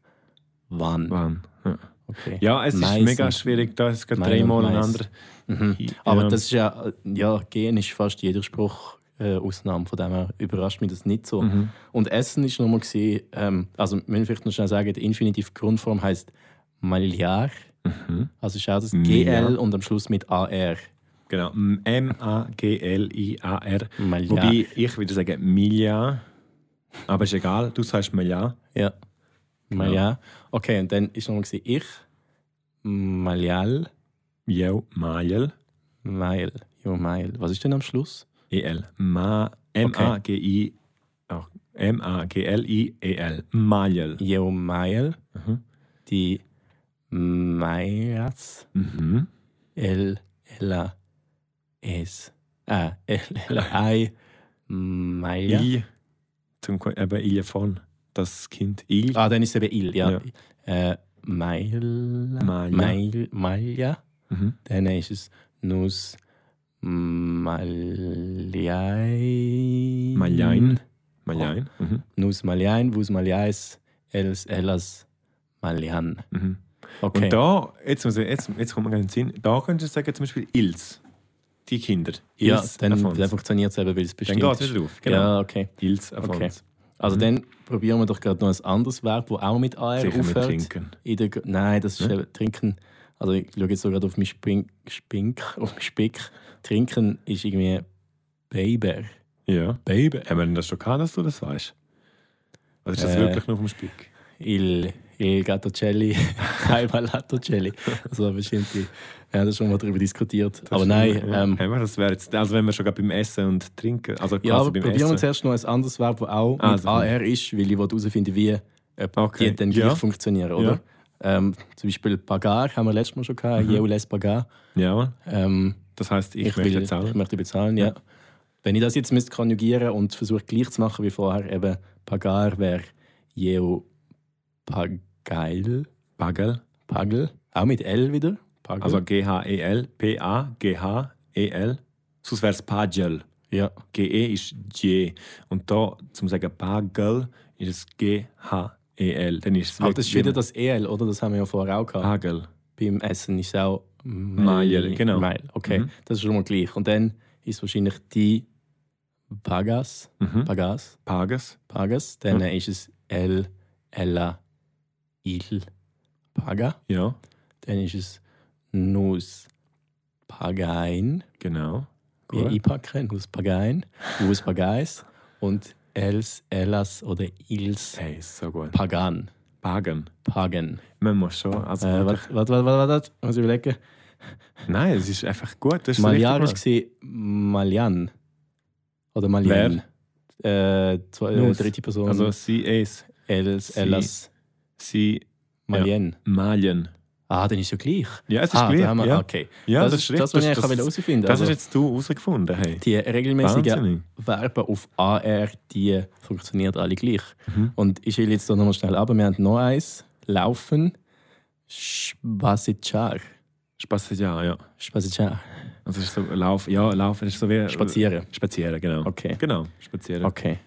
wann. Wann? Ja. Okay. ja, es ist Meisen. mega schwierig, da ist gerade Mein dreimal und ein Mais. anderer. Mhm. Aber das ist ja, ja, gehen ist fast jeder Spruch äh, Ausnahme, von dem her überrascht mich das nicht so. Mhm. Und Essen ist nochmal gesehen, ähm, also wir müssen vielleicht noch schnell sagen, die infinitiv Grundform heißt Maljar, Mhm. also ist auch das Ja. GL und am Schluss mit AR. Genau. M- M-A-G-L-I-A-R. Maljar. Wobei ich würde sagen Milja. Aber ist egal, du sagst Milja. Ja. Genau. Mal ja. Okay, und dann ist nochmal gewesen, ich, Malial, Jo, Majel. Mail, jo Mail. Was ist denn am Schluss? E-L. E Ma- M-A-G-I. Ach, M-A-G-L-I-E-L. E Majel. Jo Mail, Mhm. die Maias, Mhm. El, Ella, Es, ah, El, Ella, Ei, Mail. I. Zum, Ko- eben I von. Das Kind. I. Ah, dann ist es eben Il, ja. Ja. Äh, Mail, Mail. Mail, Malja. Mhm. Dann ist es Nus Maljain. Maljain. Maljain. Oh. Mhm. Nus Maljain, Vus Maljais, Els Ellas Maljan. Mhm. Okay. Und da, jetzt, muss ich, jetzt, jetzt kommt man ganz in den Sinn, da könntest du sagen, zum Beispiel Ils. Die Kinder. ja, Ils dann, Affons. dann funktioniert es eben, weil es Dann bestimmt geht es ist. wieder drauf. Ja, okay. Ils Affons. Okay. Also Mhm. dann probieren wir doch gerade noch ein anderes Verb, das auch mit AR Sicher mit aufhört. Trinken. In der, G- nein, das ist Ne? eben Trinken. Also ich schaue jetzt so gerade auf meinen Spink, Spink, auf meinen Spick. Trinken ist irgendwie Baber. Ja. Baby. Haben wir denn das schon gehabt, dass du das weißt? Oder ist das Äh. wirklich nur auf dem Spick? Il, il Gattocelli, Kaiba Lattocelli. Also bestimmt, die- ja, das schon mal darüber diskutiert. Das aber ist- nein, ja. ähm, Haben wir das wäre jetzt, also wenn wir schon gerade beim Essen und Trinken, also quasi ja, aber beim probieren wir Essen. zuerst noch ein anderes Verb, das auch Also. mit AR ist, weil ich herausfinden wie ob Okay. die dann Ja. gleich funktionieren, oder? Ähm, zum Beispiel Pagar haben wir letztes Mal schon gehabt, Mhm. mhm. les Pagar. Ja, Mann. Ähm, das heisst, ich, ich, möchte will, ich zahlen. möchte bezahlen, ja. Ja. Wenn ich das jetzt müsste konjugieren und versuche gleich zu machen wie vorher, eben Pagar wäre Jeo Pagail. Bagel. Pagel, auch mit L wieder. Pagel. Also G-H-E-L. P-A-G-H-E-L. E Sonst wäre es Pagel. ja. GE ist G. Und da, zum sagen Pagel, ist es G-H-E-L. Dann ist es Aber Ah, das ist wirklich wieder das EL, oder? Das haben wir ja vorher auch gehabt. Pagel. Beim Essen ist es auch Ah. Mail, genau. Mail. Okay, Mhm. das ist schon mal gleich. Und dann ist wahrscheinlich die Pagas, Mhm. Pagas, Pages. Pagas. Dann Ja. ist es L, Ella, Il, Paga. Ja, Dann ist es Nus, Pagain. genau. Wie Gut. einpacken, Nus, Pagain, Nus, Pagais. Und Els, Ellas oder Ils, Hey, ist so gut. Pagan. Pagen. Pagen. Man muss schon. Also Äh, wirklich- warte, warte, warte, warte, warte, muss ich überlegen. Nein, es ist einfach gut. Das ist Maljar richtig war Maljan. Oder Maljan. Äh, zwei, äh, Nus. dritte gut. Person. Also sie ist. Els, sie- Elas, Sie Malien. malen. Ah, dann ist ja gleich. Ja, es ist ah, gleich. da haben wir- Ja. Okay. ja, das, das, ist das, richtig. das, was ich das, eigentlich das, herausfinden das hast also, jetzt du herausgefunden. Hey. Die regelmäßigen Wahnsinnig. Verben auf AR, die funktionieren alle gleich. Mhm. Und ich will jetzt da nochmal schnell ab. Wir haben noch eins. Laufen. Spasichar. Spaß ja, ja. Spasichar. Also es ist so Lauf, ja, Laufen ist so wie Spazieren. Spazieren, genau. Okay. Genau, spazieren. Okay.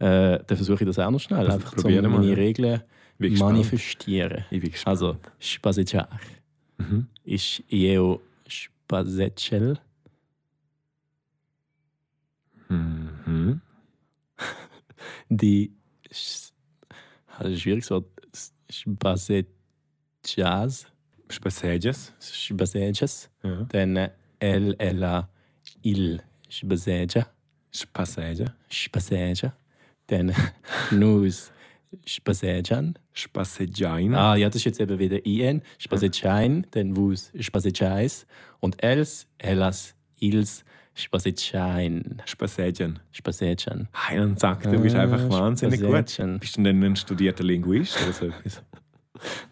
Äh, dann versuche ich das auch noch schnell. Das Einfach zu probieren wir, ja. meine Regeln Ich bin gespannt. manifestieren. Ich bin gespannt. Also, Spasichar Mhm. ist Jeo Spasechel. Mhm. Die. Sch- Das ist ein schwieriges Wort. Spasechas. Spazieren. Spasejas. Ja. Dann äh, El Ella Il Spaseja. Spazieren. Spaseja. Dann Nus Spasejan. Spazieren. Ah, ja, das ist jetzt eben wieder IN. Spasejain. Dann Wus Spasejais. Und Els Ellas Ils Spasejain. Spazieren. Spasejan. Hey, dann sag, du bist Ah, einfach wahnsinnig gut. Spazieren. Bist du denn ein studierter Linguist oder so etwas?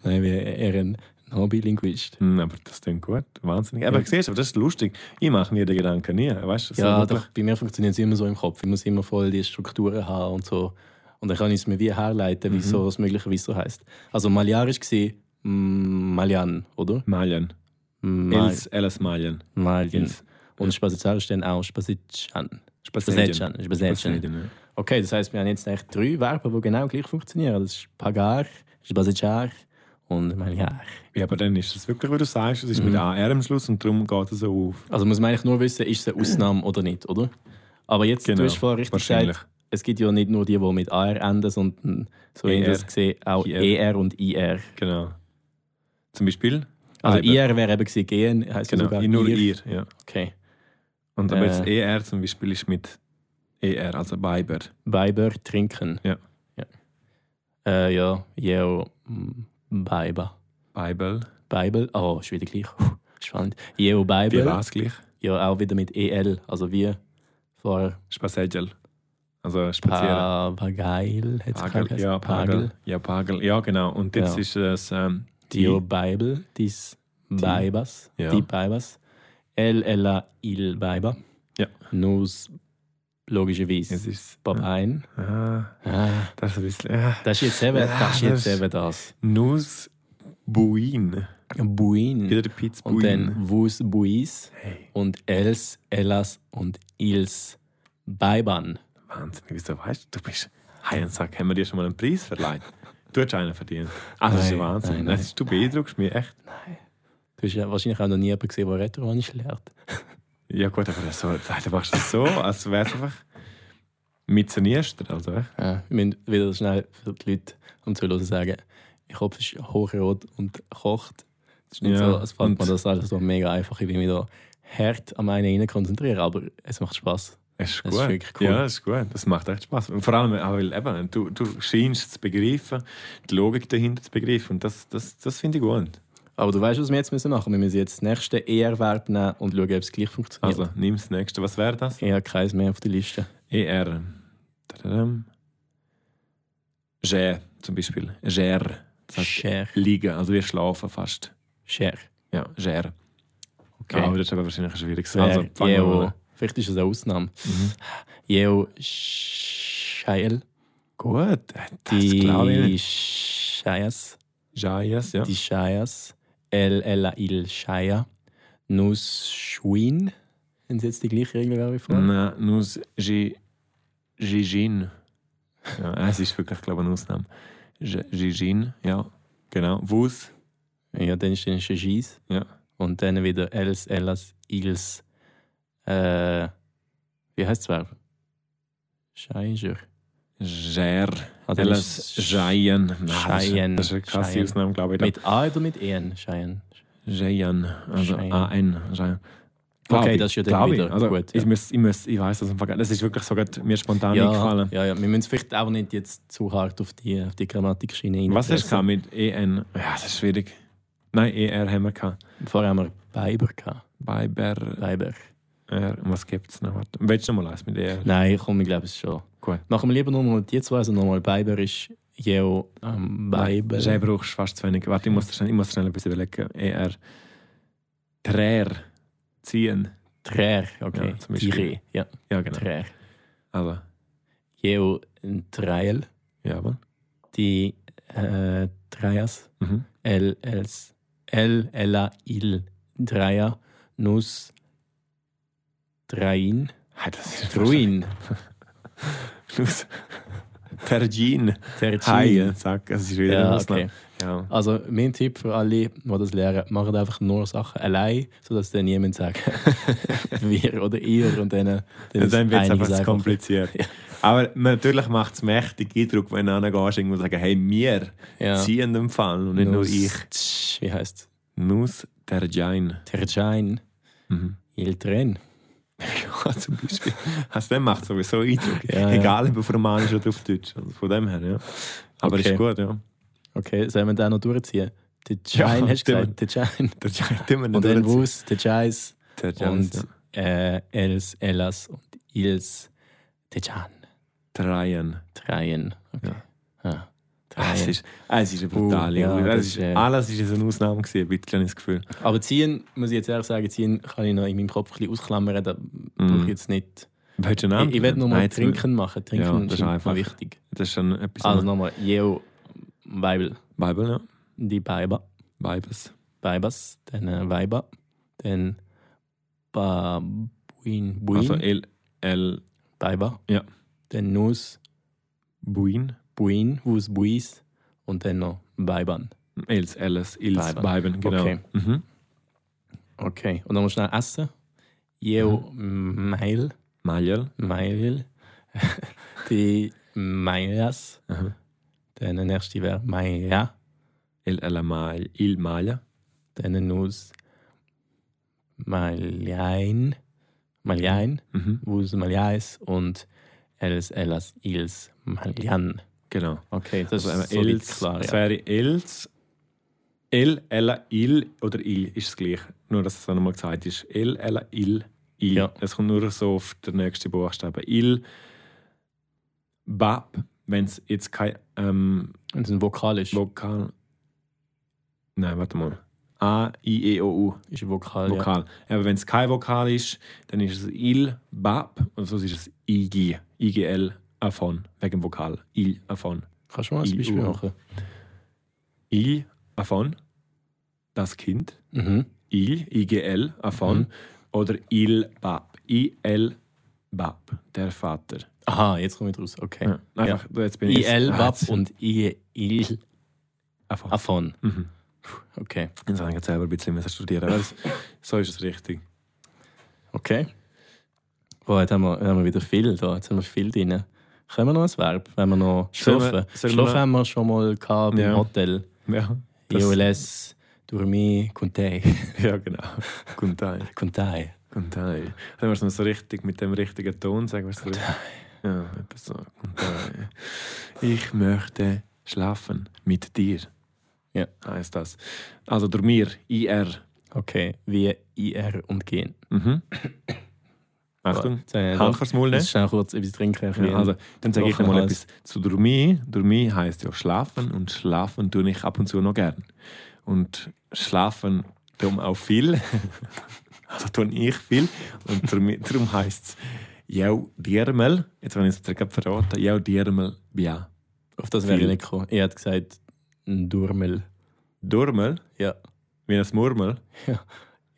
Nein, wir ehren Hobby-Linguist. Hm, aber das klingt gut. Wahnsinnig. Aber siehst du, aber das ist lustig. Ich mache mir den Gedanken nie. Weißt du, so Ja, wirklich- doch, bei mir funktioniert es immer so im Kopf. Ich muss immer voll die Strukturen haben und so. Und dann kann ich es mir wie herleiten, Mhm. wieso es möglicherweise so heisst. Also Maliar war Malian, oder? Malen. Mal Els, Els Malen. Malien. Els. Und Spasizar ist dann auch Spasitschan. Spazieren. Spasitschan. Spasitschan. Spazieren, ja. Okay, das heisst, wir haben jetzt eigentlich drei Verben, die genau gleich funktionieren. Das ist Pagar, Spasitschar und Maliar. Ja, aber dann ist es wirklich, wie du sagst, es ist mit AR am Schluss und darum geht es so auf. Also muss man eigentlich nur wissen, ist es eine Ausnahme oder nicht, oder? Aber jetzt, Genau, du hast vorher richtig wahrscheinlich. gesagt, es gibt ja nicht nur die, die mit AR enden, sondern, so wie ich ER. das sehe, auch IR. ER und IR. Genau. Zum Beispiel? Also Eben. IR wäre eben gewesen, gehen, heisst ja Genau, sogar nur IR. ihr. Ja. Okay. Und aber Äh. jetzt ER zum Beispiel ist mit ER, also Biber. Weiber trinken. Ja. Ja, äh, ja, Jeo, mm, Weiber. Bible. Bible, oh, ist wieder gleich. Spannend. Jeo Wie Bible, war es gleich? ja auch wieder mit EL, also wie vorher Spazegel. Also spazieren. Pagail, hat es Pagel. Ja, Pagel. Ja, Pagel. Ja, genau. Und jetzt Ja. ist es ähm, die. Dio Bible, dis Bibas, Ja. die Bibas. El ella il Biba. Ja. Nus Es logischerweise ist. Babein. Ah, Ah, das ist ein bisschen. Äh, das ist jetzt eben Ja, das. Ist jetzt das- eben das. Nuss Buin. Buin. Wieder der Piz Hm. Und Buin. dann Vus Buis. Hey, Und Els, Ellas und Ils Biban. Wahnsinn, wieso weißt du? Du bist. Hey, und sag, haben wir dir schon mal einen Preis verleiht? Du hast einen verdient. Also, das ist ja Nein, Wahnsinn. nein, nein. Das ist, du beeindruckst mich echt. Du hast ja wahrscheinlich auch noch nie jemanden gesehen, der Retroanisch lernt. Ja gut, aber das so, du machst das so, als wäre es einfach mit zunächst. Also, echt. Ja. Wir müssen Äh, wieder schnell für die Leute um zu hören sagen, mein Kopf ist hochrot und kocht. Es ist nicht Ja, so, als fand man und- das alles so mega einfach. Ich will mich da hart am einen rein konzentrieren, aber es macht Spaß. es ist Das gut. ist wirklich cool. Ja, es ist gut. Das macht echt Spaß. Und vor allem, auch weil eben, du, du scheinst zu begreifen, die Logik dahinter zu begreifen. Und das, das, das finde ich gut. Aber du weißt, was wir jetzt müssen machen. Wir müssen jetzt das nächste ER-Verb nehmen und schauen, ob es gleich funktioniert. Also, nimm das nächste. Was wäre das? Ich habe keins mehr auf der Liste. ER. Tadadam. Gär, zum Beispiel. Gär. Das heißt, Share. liegen, also wir schlafen fast. Share. Ah, Ja, Gär. Okay. Aber das ist aber wahrscheinlich schwierig. also, Also, fangen wir mal an. Mhm. Vielleicht ist das eine Ausnahme. Jeo Scheil. Gut, Äh, das glaube ich Die nicht. Scheias. Jais, ja. die Shayas, El Ella Il Shaya, Nus Schwin. Haben Sie jetzt die gleiche Regel wie vorher? Na, Nus Gi- Gigin. Ja, es ist wirklich, glaube ich, eine Ausnahme. Gi- Gigin, ja, genau. Wus, Ja, dann ist dann Shajis ja. und dann wieder Els, Ellas, Ils. Äh, wie heißt das Verb? Scheiger. Ger. Also Ellas ist- Jayen. Nein, das ist- Scheien. Das ist eine krasse Scheien. Ausnahme, glaube ich. E Mit A oder mit En? Schein. Jayen, also Scheien. A-N. Jayen. Glaub Okay, ich. das ist ja dann Glaub ich. wieder also, gut, Ich, ja. muss, ich, muss, ich weiss das einfach gar nicht. Das ist wirklich so grad mir spontan ja, eingefallen. ja, ja, wir müssen vielleicht auch nicht jetzt zu hart auf die, auf die Grammatikschiene Was hast du reinpressen. gehabt mit EN? Ja, das ist schwierig. Nein, ER haben wir gehabt. Vorher haben wir Biber gehabt. Bei Ber. Biber. R. Und was gibt es noch? Warte. Willst du noch mal eins mit E ER? Nein, komm, ich glaube es schon. Gut. Machen wir lieber nur mal die zwei, also nochmal Biber ist Jeo ähm, Biber. Schei brauchst du fast zu wenig. Warte, ich muss schnell, ich muss schnell ein bisschen überlegen. E ER. Trär. Ziehen. Trär, okay. Ja, zum Beispiel. Tire, ja, Ja, genau. Trär. Also, Jeo Trail, ja, aber. die äh, Dreiers, Mhm. L, Els, L, Ella, Il, Dreier, Nuss, Drain, Hey, das ist Druin, Schluss. Tergin. Tergin. Hi, sag, es ist wieder Ja, was okay. Ja. genau. Also mein Tipp für alle, die das lernen, macht einfach nur Sachen allein, sodass dann niemand sagt, wir oder ihr und dann, Ja, ist dann wird es einiges einfach zu kompliziert. Ja. Aber natürlich macht es mächtig Eindruck, wenn du hingehst und sagen, hey, wir Ja. ziehen den Fall und nicht nur Nus- ich. Tsch, Wie heißt es? Nus Tergin. Tergin, Mhm. Il Tren. ja, zum Beispiel. Also, dann macht sowieso Eindruck. Ja, ja. Egal, ob auf Romanisch oder auf Deutsch. Also von dem her, ja. Aber Okay. ist gut, ja. Okay, sollen wir den noch durchziehen? Tergin, Ja, hast du stimmt. gesagt? Tergin. Tergin, tun wir nicht Und dann durchziehen. Wus, Tergis Tergin, ja. und äh, Els, Ellas und Ils, Tergin. Dreien. Dreien. Okay. Ah, Ah, Es Dreien. ist, ah, es ist eine brutale. Uh, ja, Jugend. das das ist, ist, äh, alles war so eine Ausnahme, gewesen, ein bisschen das Gefühl. Aber ziehen, muss ich jetzt ehrlich sagen, ziehen kann ich noch in meinem Kopf ein bisschen ausklammern. Da Mm. brauche ich jetzt nicht. Willst du einen Ich, ich will anderen? noch mal Mhm. Nein, jetzt- trinken machen. Trinken Ja, das ist ist immer einfach. wichtig. Das ist schon etwas. Also nochmal, Jeo, Weibel, Bible, ja. die Weiber, Vibes. Weibers, dann äh, Weiber, dann Babuin, Buin, Also L. L. Weiber, Ja. dann Nus, Buin. Buin, Wus, Buis und dann noch Weibern. Els, Alice, Ils, Bible. Biben, genau. Okay. Mhm. Okay, und nochmal schnell essen. Mhm. Jeo, Meil, Majel. Meil, die Meilas, Mhm. dann der nächste wäre Meila, El, Ella, Mal, Il, Maja. dann Nus, Maljain, Maljain, Mhm. Wus Maliais und Els Elas Ils Malian. Genau. Okay, das Also ist einmal solid Els. klar. Es Ja. wäre Els. El, Ella, Il oder Il ist das gleiche. Nur, dass es auch nochmal gesagt ist. El, Ella, Il, Il. Ja. Es kommt nur so auf den nächsten Buchstaben. Il, Bab, wenn es jetzt kein ähm, Und es ist ein vokalisch. Vokal. Nein, warte mal. A, I, E, O, U. ist ein Vokal. Ah, Ja. Vokal. Aber wenn es kein Vokal ist, dann ist es il, bab und sonst ist es ig, igl, afon, wegen dem Vokal. Il, afon. Kannst du mal ein I, Beispiel U. machen? Il, afon, das Kind. Mhm. Il, igl, afon. Mhm. Oder il, bab. Il, bab, der Vater. Aha, jetzt komme ich raus. Okay. Ja. Einfach, jetzt bin ich. IL Ah, Bab jetzt- und E, IL Afon. Afon. Mhm. Okay. Jetzt habe ich jetzt selber ein bisschen müssen studieren. aber es- so ist es richtig. Okay. Boah, jetzt haben wir, jetzt haben wir wieder viel da. Jetzt haben wir viel drin. Können wir noch ein Verb, wenn wir noch Sollen wir- schlafen? sollen Schlafen wir- haben wir schon mal gehabt Ja. im Hotel. Ja, das- IOLS, Dormi, Kuntai. ja genau. Guten Tag. Kuntai. Guten Tag. Dann musst du noch so richtig mit dem richtigen Ton sagen. Weißt du, so richtig- ja, etwas so. Guten Tag. Ich möchte schlafen mit dir. Ja. Heißt das. Also dormir, IR. Okay, wie IR und gehen. Mhm. Achtung. Jetzt habe ich Hand doch- vors Maul, ne? Jetzt schnell kurz etwas trinken. ein Ja, bisschen- also, dann sage ich noch mal Knochen etwas zu dormir. Dormir heißt ja schlafen und schlafen tue ich ab und zu noch gern. Und schlafen darum auch viel. also tue ich viel. Und darum, darum heißt es «Jau dirmel». Jetzt habe ich es gerade verraten. «Jau dirmel bia». Auf das wäre ich viel. nicht gekommen. Er hat gesagt, ein Durmel. Durmel, Ja. wie das Murmel.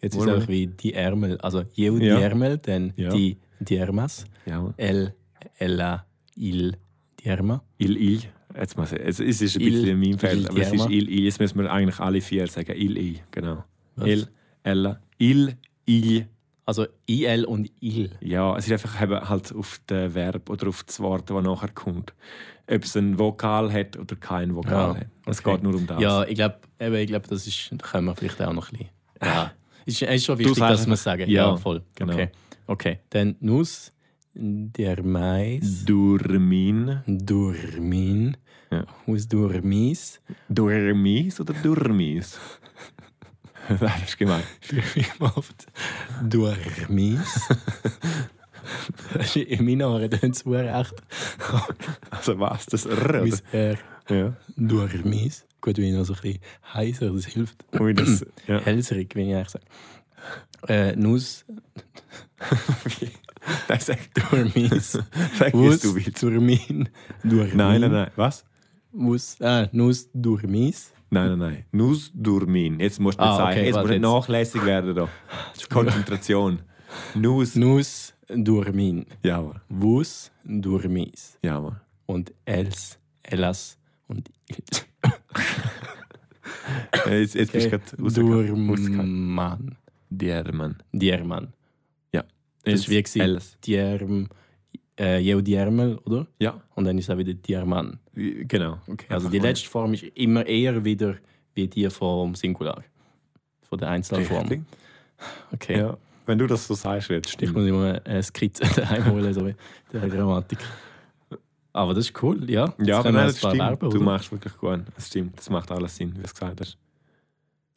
Jetzt ist Durmel. es auch wie die Ärmel. Also, jeu die Ja. Ärmel, dann Ja. die Diermas. Ja. El, ella, il, Dierma. «Il, il». Jetzt mal, sehen. es, es ist ein Il, bisschen in meinem Feld, il aber es ist dierma. «Il, il». Jetzt müssen wir eigentlich alle vier sagen. «Il, il». Genau. Was? «Il, ella». «Il, il». Also, il und il. Ja, es ist einfach eben halt auf den Verb oder auf das Wort, das nachher kommt. Ob es ein Vokal hat oder kein Vokal Ja, hat. Es okay. geht nur um das. Ja, ich glaube, ich glaub, das ist, da können wir vielleicht auch noch ein bisschen. Ja. Ist, ist schon wichtig, Ah. sagst dass wir es sagen. Ja, Ja, voll. genau. Okay. okay, dann Nuss, der Mais, Durmin. Durmin, Ja. aus Durmis. Durmis oder Durmis? das ist gemein. oft Durmis. Das ist In meinen Ohren tönt es verdammt echt. Also was? Das R? Mein Oder? R, Ja. Durmis. Gut, wenn ich noch so ein bisschen heiser, das hilft. Ui, das, ja. Hälserig, wenn ich eigentlich sage. Äh, Nuss, Nein, sag, Durmis. sag wie es du willst. Durmin, Durmin. Nein, nein, nein. Was? Us, ah, Nus Durmis. Nein, nein, nein. Nus Durmin. Jetzt musst du nicht, Ah, sagen. okay, jetzt musst warte du nicht jetzt. nachlässig werden. Da. Konzentration. Nus. Nus Durmin. Jawohl. Vus Durmis. Jawohl. Und Els, Elas und Ils. Äh, Jetzt, jetzt bist du gerade rausgekommen. Durman. Diermann. Dierman. Ja. Das ist wie gewesen. Alles. Dierm, äh, Jeo Diermel, oder? Ja, Und dann ist er wieder Dierman. genau. Okay, Also die letzte Form ist immer eher wieder wie die vom Singular. Von der Einzelform. Form. Okay. Ja. Wenn du das so sagst, wird es Ich stimmen. muss immer eine Skizze daheim holen, so in der Grammatik. Aber das ist cool, ja. Jetzt Ja, aber können wir nein, ein das paar stimmt. Verben, du oder? machst wirklich gut. Das stimmt. Das macht alles Sinn, wie du es gesagt hast.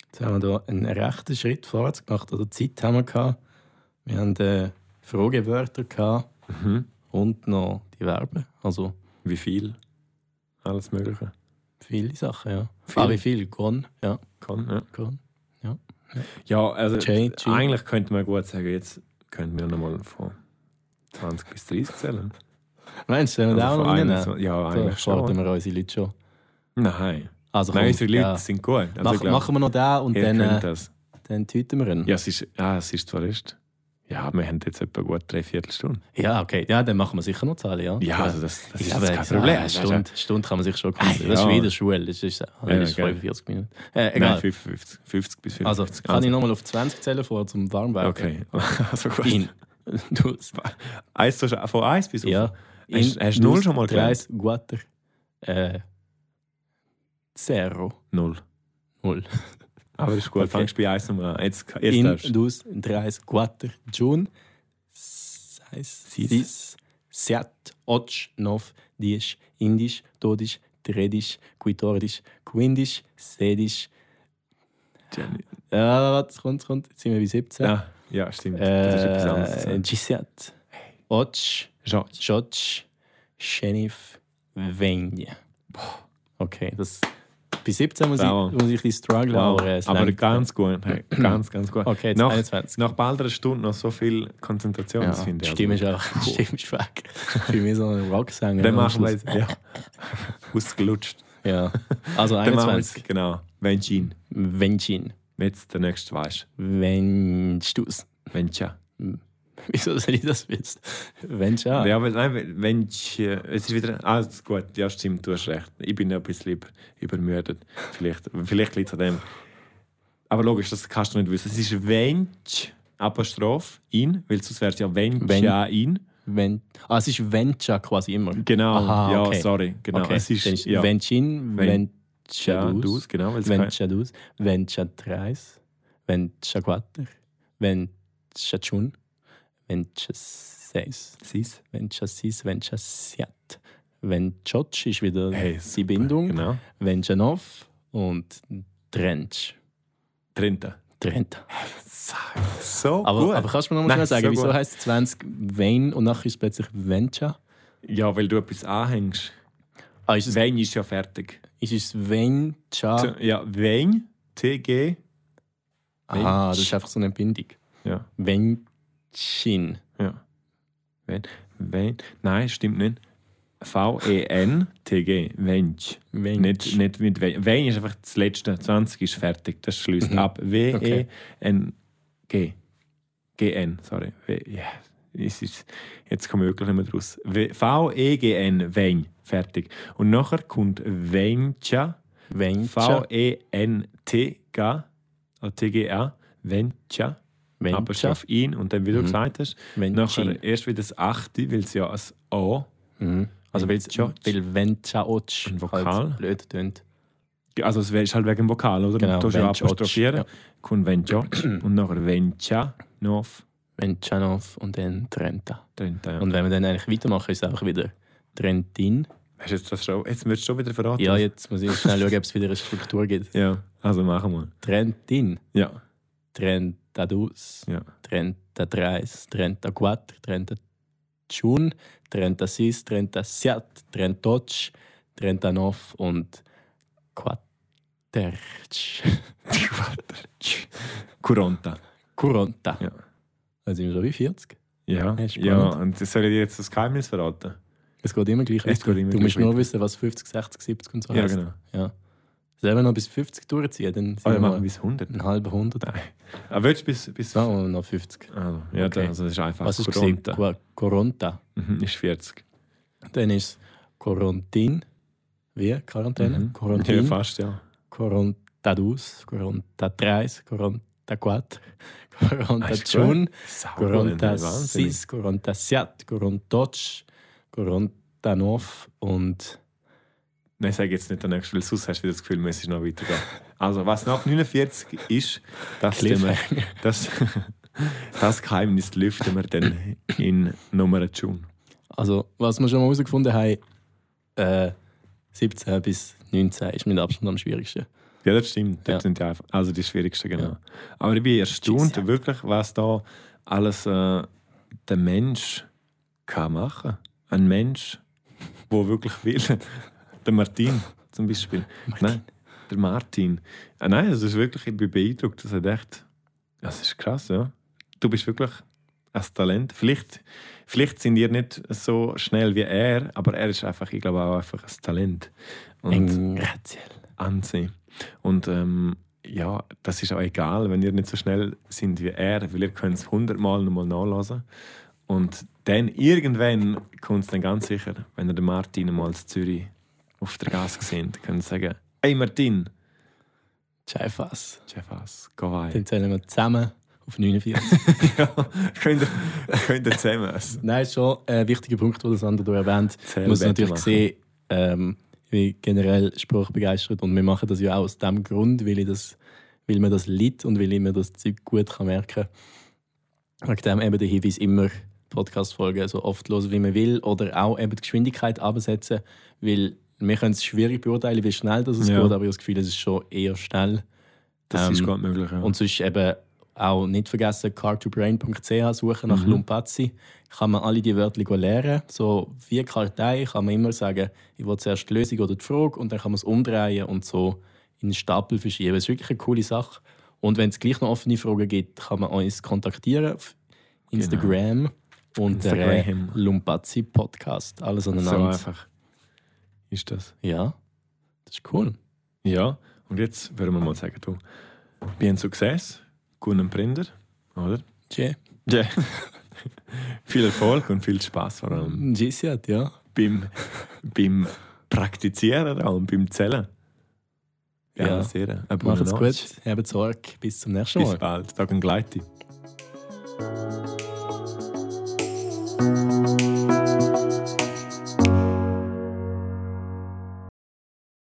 Jetzt haben wir hier einen rechten Schritt vorwärts gemacht. Oder Zeit haben wir gehabt. Wir haben äh, Fragewörter gehabt Mhm. und noch die Verben. Also Wie viel? Alles Mögliche. viele Sachen, ja. Viel. Ah, wie viel? Gone, ja. Kann, ja. Gone. Ja, also Jay, Jay. eigentlich könnte man gut sagen, jetzt könnten wir nochmal von 20 bis 30 zählen. Meinst du, sollen wir da Also auch noch von reinnehmen? 21 ja, Da eigentlich fordern schon. wir unsere Leute schon. Nein. Also, Nein, komm, unsere Leute ja. sind gut. Also, Mach, ich glaub, machen wir noch den und ihr dann, könnt äh, das. dann tüten wir ihn. Ja, es ist, ja, es ist zwar erst. Ja, wir haben jetzt etwa gut drei Viertelstunde. Ja, okay. Ja, dann machen wir sicher noch Zahlen, ja. Ja, also das, das Ich ist glaube, jetzt eine kein Problem. Das ist ja- Stunde, Stunde kann man sich schon konzentrieren. Das ja. ist wie in der Schule. Das ist, äh, das ist gell. 45 Minuten. Äh, egal. Nein, 55, 50 bis 50. also, kann ich nochmal auf 20 zählen vor zum Warmwerden? Okay, also gut. In. Du, Eins zu sch- von 1 bis ja. Hast- hast du null schon mal gelernt? 30, guater. Äh. Zero. 0. Null. Aber ist gut, Okay. fangst bei 1 nochmal an. Jetzt, jetzt In, darfst du. dus, 30, guater. Jun. Seis. Sis. Sis. Seat. Otsch. Nov. Dies. Indisch. Todisch. Tredisch. Quitordisch. Quindisch. Sedisch. Jenny. Ja, warte, kommt, kommt. Jetzt sind wir bei 17. Ja, ja, stimmt. Das ist etwas anderes. Äh, Gisette. Otsch, Schau. Jotsch, Schenif, Wenje. Okay, das. Bis 17 muss ich, Sauer. muss ich ein bisschen strugglen, Wow. aber äh, es Aber langt. ganz gut. Hey, ganz, ganz gut. Okay, jetzt nach, 21. nach bald einer Stunde noch so viel Konzentration, das Ja, finde ich. Stimme ist also. auch. Stimme ist weg. Für mich so ein Rocksänger. Dann am machen wir Schluss. jetzt. Ja. Ausgelutscht. Ja. Also Dann machen wir jetzt. 21. Genau. Venjin. Wenjin. Jetzt der nächste weiß. Wenjstus. Venja. Wieso soll ich das wissen? Wenja. Ja, aber nein, Venj. Es ist wieder. Alles gut. Ja, stimmt, du hast recht. Ich bin noch ein bisschen über- übermüdet. Vielleicht, vielleicht liegt es an dem. Aber logisch, das kannst du nicht wissen. Es ist Venj. Apostroph in, weil sonst wäre es ja Venja in. Wen ah, es ist Venja quasi immer. Genau, Aha, ja, okay. sorry. Genau. Okay. Es ist, Dann ist ja. Vencin, Ven- Venchadus, genau, weil es kein- Venchadus, Venchadreis, Venchaquater, Venchachun, Venchaseis, Sis. Venchasis, Venchasiat, Venchoch ist wieder Hey, die super, Bindung, Genau. Venchanov und Trench. Trinta. Trenta. So gut. Aber, aber kannst du mir nochmal Nein, sagen, so wieso gut. heißt es 20 Wen und nachher ist es plötzlich Vencha? ja, weil du etwas anhängst. Ah, ist es, Wein ist ja fertig. ist es Vencha? So, Ja, Wein, TG. Aha, Ah, das ist einfach so eine Bindung. Ja, Venchin. ja. Wein, Wein. Nein, stimmt nicht. E V-E-N-T-G. Wench. Wench. Nicht, nicht mit Wein. Wein ist einfach das letzte. 20 ist fertig. Das schließt ab. E Okay. W-E-N-G. G-N, sorry. W ja. es ist, jetzt komme ich wirklich nicht mehr draus. W- V-E-G-N, Wein. Fertig. Und nachher kommt E Venture. Vencha. V-E-N-T-G-A. äh, T-G-A. Venture. Aber Vencha. schaff ihn. Und Mhm. dann, wie du gesagt hast, nachher Venchin. erst wieder das Achte, weil es ja ein O. Mhm. Also weil es- Vencha. weil Vencha Otsch Ein Vokal. halt blöd tönt. Also es ist halt wegen dem Vokal, oder? Genau, Du tust ja Venture, apostrophieren. Kun Venture und nachher Venture, Nov, Vencianov und dann Trenta. Trenta. Ja. Und wenn wir dann eigentlich weitermachen, ist es einfach wieder Trentin. Hast du jetzt das schon? Jetzt wirst du schon wieder verraten. Ja, jetzt muss ich schnell schauen, ob es wieder eine Struktur gibt. Ja, also machen wir. Trentin, Ja, Trentadus, ja. Trentatres, Trentaquattro, Trentachun, Trentasis, Trentasiat, Trentoc, Trentanov und Quatterch. Curonta. Curonta. Ja. Also sind wir schon wie 40. Ja, Ja, spannend. ja, und soll ich dir jetzt das Geheimnis verraten? Es geht immer gleich Es weiter. geht immer Du gleich musst nur weiter. wissen, was 50, 60, 70 und so Ja, heisst. genau. Ja. Sollen wir noch bis 50 durchziehen? Dann sind Oder wir machen wir mal bis 100? einen halben 100. Nein. Ah, willst du bis... bis Sagen wir noch 50. Also, ja, Okay. also das ist einfach Was ist Curonta. Coronta? Coronta. Mhm, ist 40. Dann ist es Corontin. Wie? Quarantäne? Mhm. Ja, Corontin. fast, ja. Corontadus. Corontatreis. Corontaquat. Ah, ist Corontachun. Wahnsinnig. Corontasis. Corontasiat. Corontoc. Corontanov. Und Nein, sag jetzt nicht den nächsten, weil sonst hast du wieder das Gefühl, es ist noch weitergehen. Also, was nach 49 ist, das, tun wir, Cliffhanger. das, das Geheimnis lüften wir dann in Nummer June. Also, was wir schon mal herausgefunden haben, äh, 17 bis 19 ist mit Abstand am schwierigsten. Ja, das stimmt. Das Ja. sind die, einfach, also die schwierigsten, genau. Ja. Aber ich bin erstaunt, Jesus. wirklich, was da alles äh, der Mensch kann machen Ein Mensch, der wirklich will. Der Martin zum Beispiel. Nein, der Martin. Ah, nein, das ist wirklich, ich bin beeindruckt. Das hat echt, das ist krass, ja. Du bist wirklich ein Talent. Vielleicht, vielleicht sind ihr nicht so schnell wie er, aber er ist einfach, ich glaube, auch einfach ein Talent. Und- Engraziell. ansehen. Und ähm, ja, das ist auch egal, wenn ihr nicht so schnell sind wie er, weil ihr könnt es hundertmal nochmal nachlesen. Und dann irgendwann kommt es dann ganz sicher, wenn ihr den Martin mal in Zürich auf der Gas seht, könnt ihr sagen, «Hey Martin!» Scheifass. «Chef was, geh weiter!» Dann zählen wir zusammen auf 49. ja, könnt, ihr, könnt ihr zusammen essen. Nein, schon ein wichtiger Punkt, den das andere erwähnt. Zähl Man muss Wette natürlich machen. sehen, ähm, wie generell sprachbegeistert und wir machen das ja auch aus dem Grund, weil ich das, weil mir das liegt und weil ich mir das Zeug gut kann merken kann. Wegen dem eben der Hinweis immer Podcast-Folgen so oft hören, wie man will oder auch eben die Geschwindigkeit absetzen, weil wir können es schwierig beurteilen, wie schnell das es Ja. geht, aber ich habe das Gefühl, es ist schon eher schnell. Das Ähm, ist gut möglich, ja. Und sonst eben auch nicht vergessen, car2brain.ch suchen nach Mhm. Lumpazzi. Kann man alle die Wörter go lernen. So wie Kartei kann man immer sagen, ich will zuerst die Lösung oder die Frage und dann kann man es umdrehen und so in den Stapel verschieben. Das ist wirklich eine coole Sache. Und wenn es gleich noch offene Fragen gibt, kann man uns kontaktieren auf Instagram unter Genau. äh, Instagram. Lumpazzi Podcast. Alles so aneinander. einfach ist das. ja, das ist cool. Ja, und jetzt würden wir mal sagen, du, bien Success, guten Printer, oder? Tschüss. Ja. viel Erfolg und viel Spaß vor allem Tschüss, ja. beim, beim Praktizieren auch und beim Zählen. Ja, Ja. sehr. Eine Macht's Balance. gut. Habt Sorge. Bis zum nächsten Mal. Bis bald. Tag und Gleiti. Tschüss.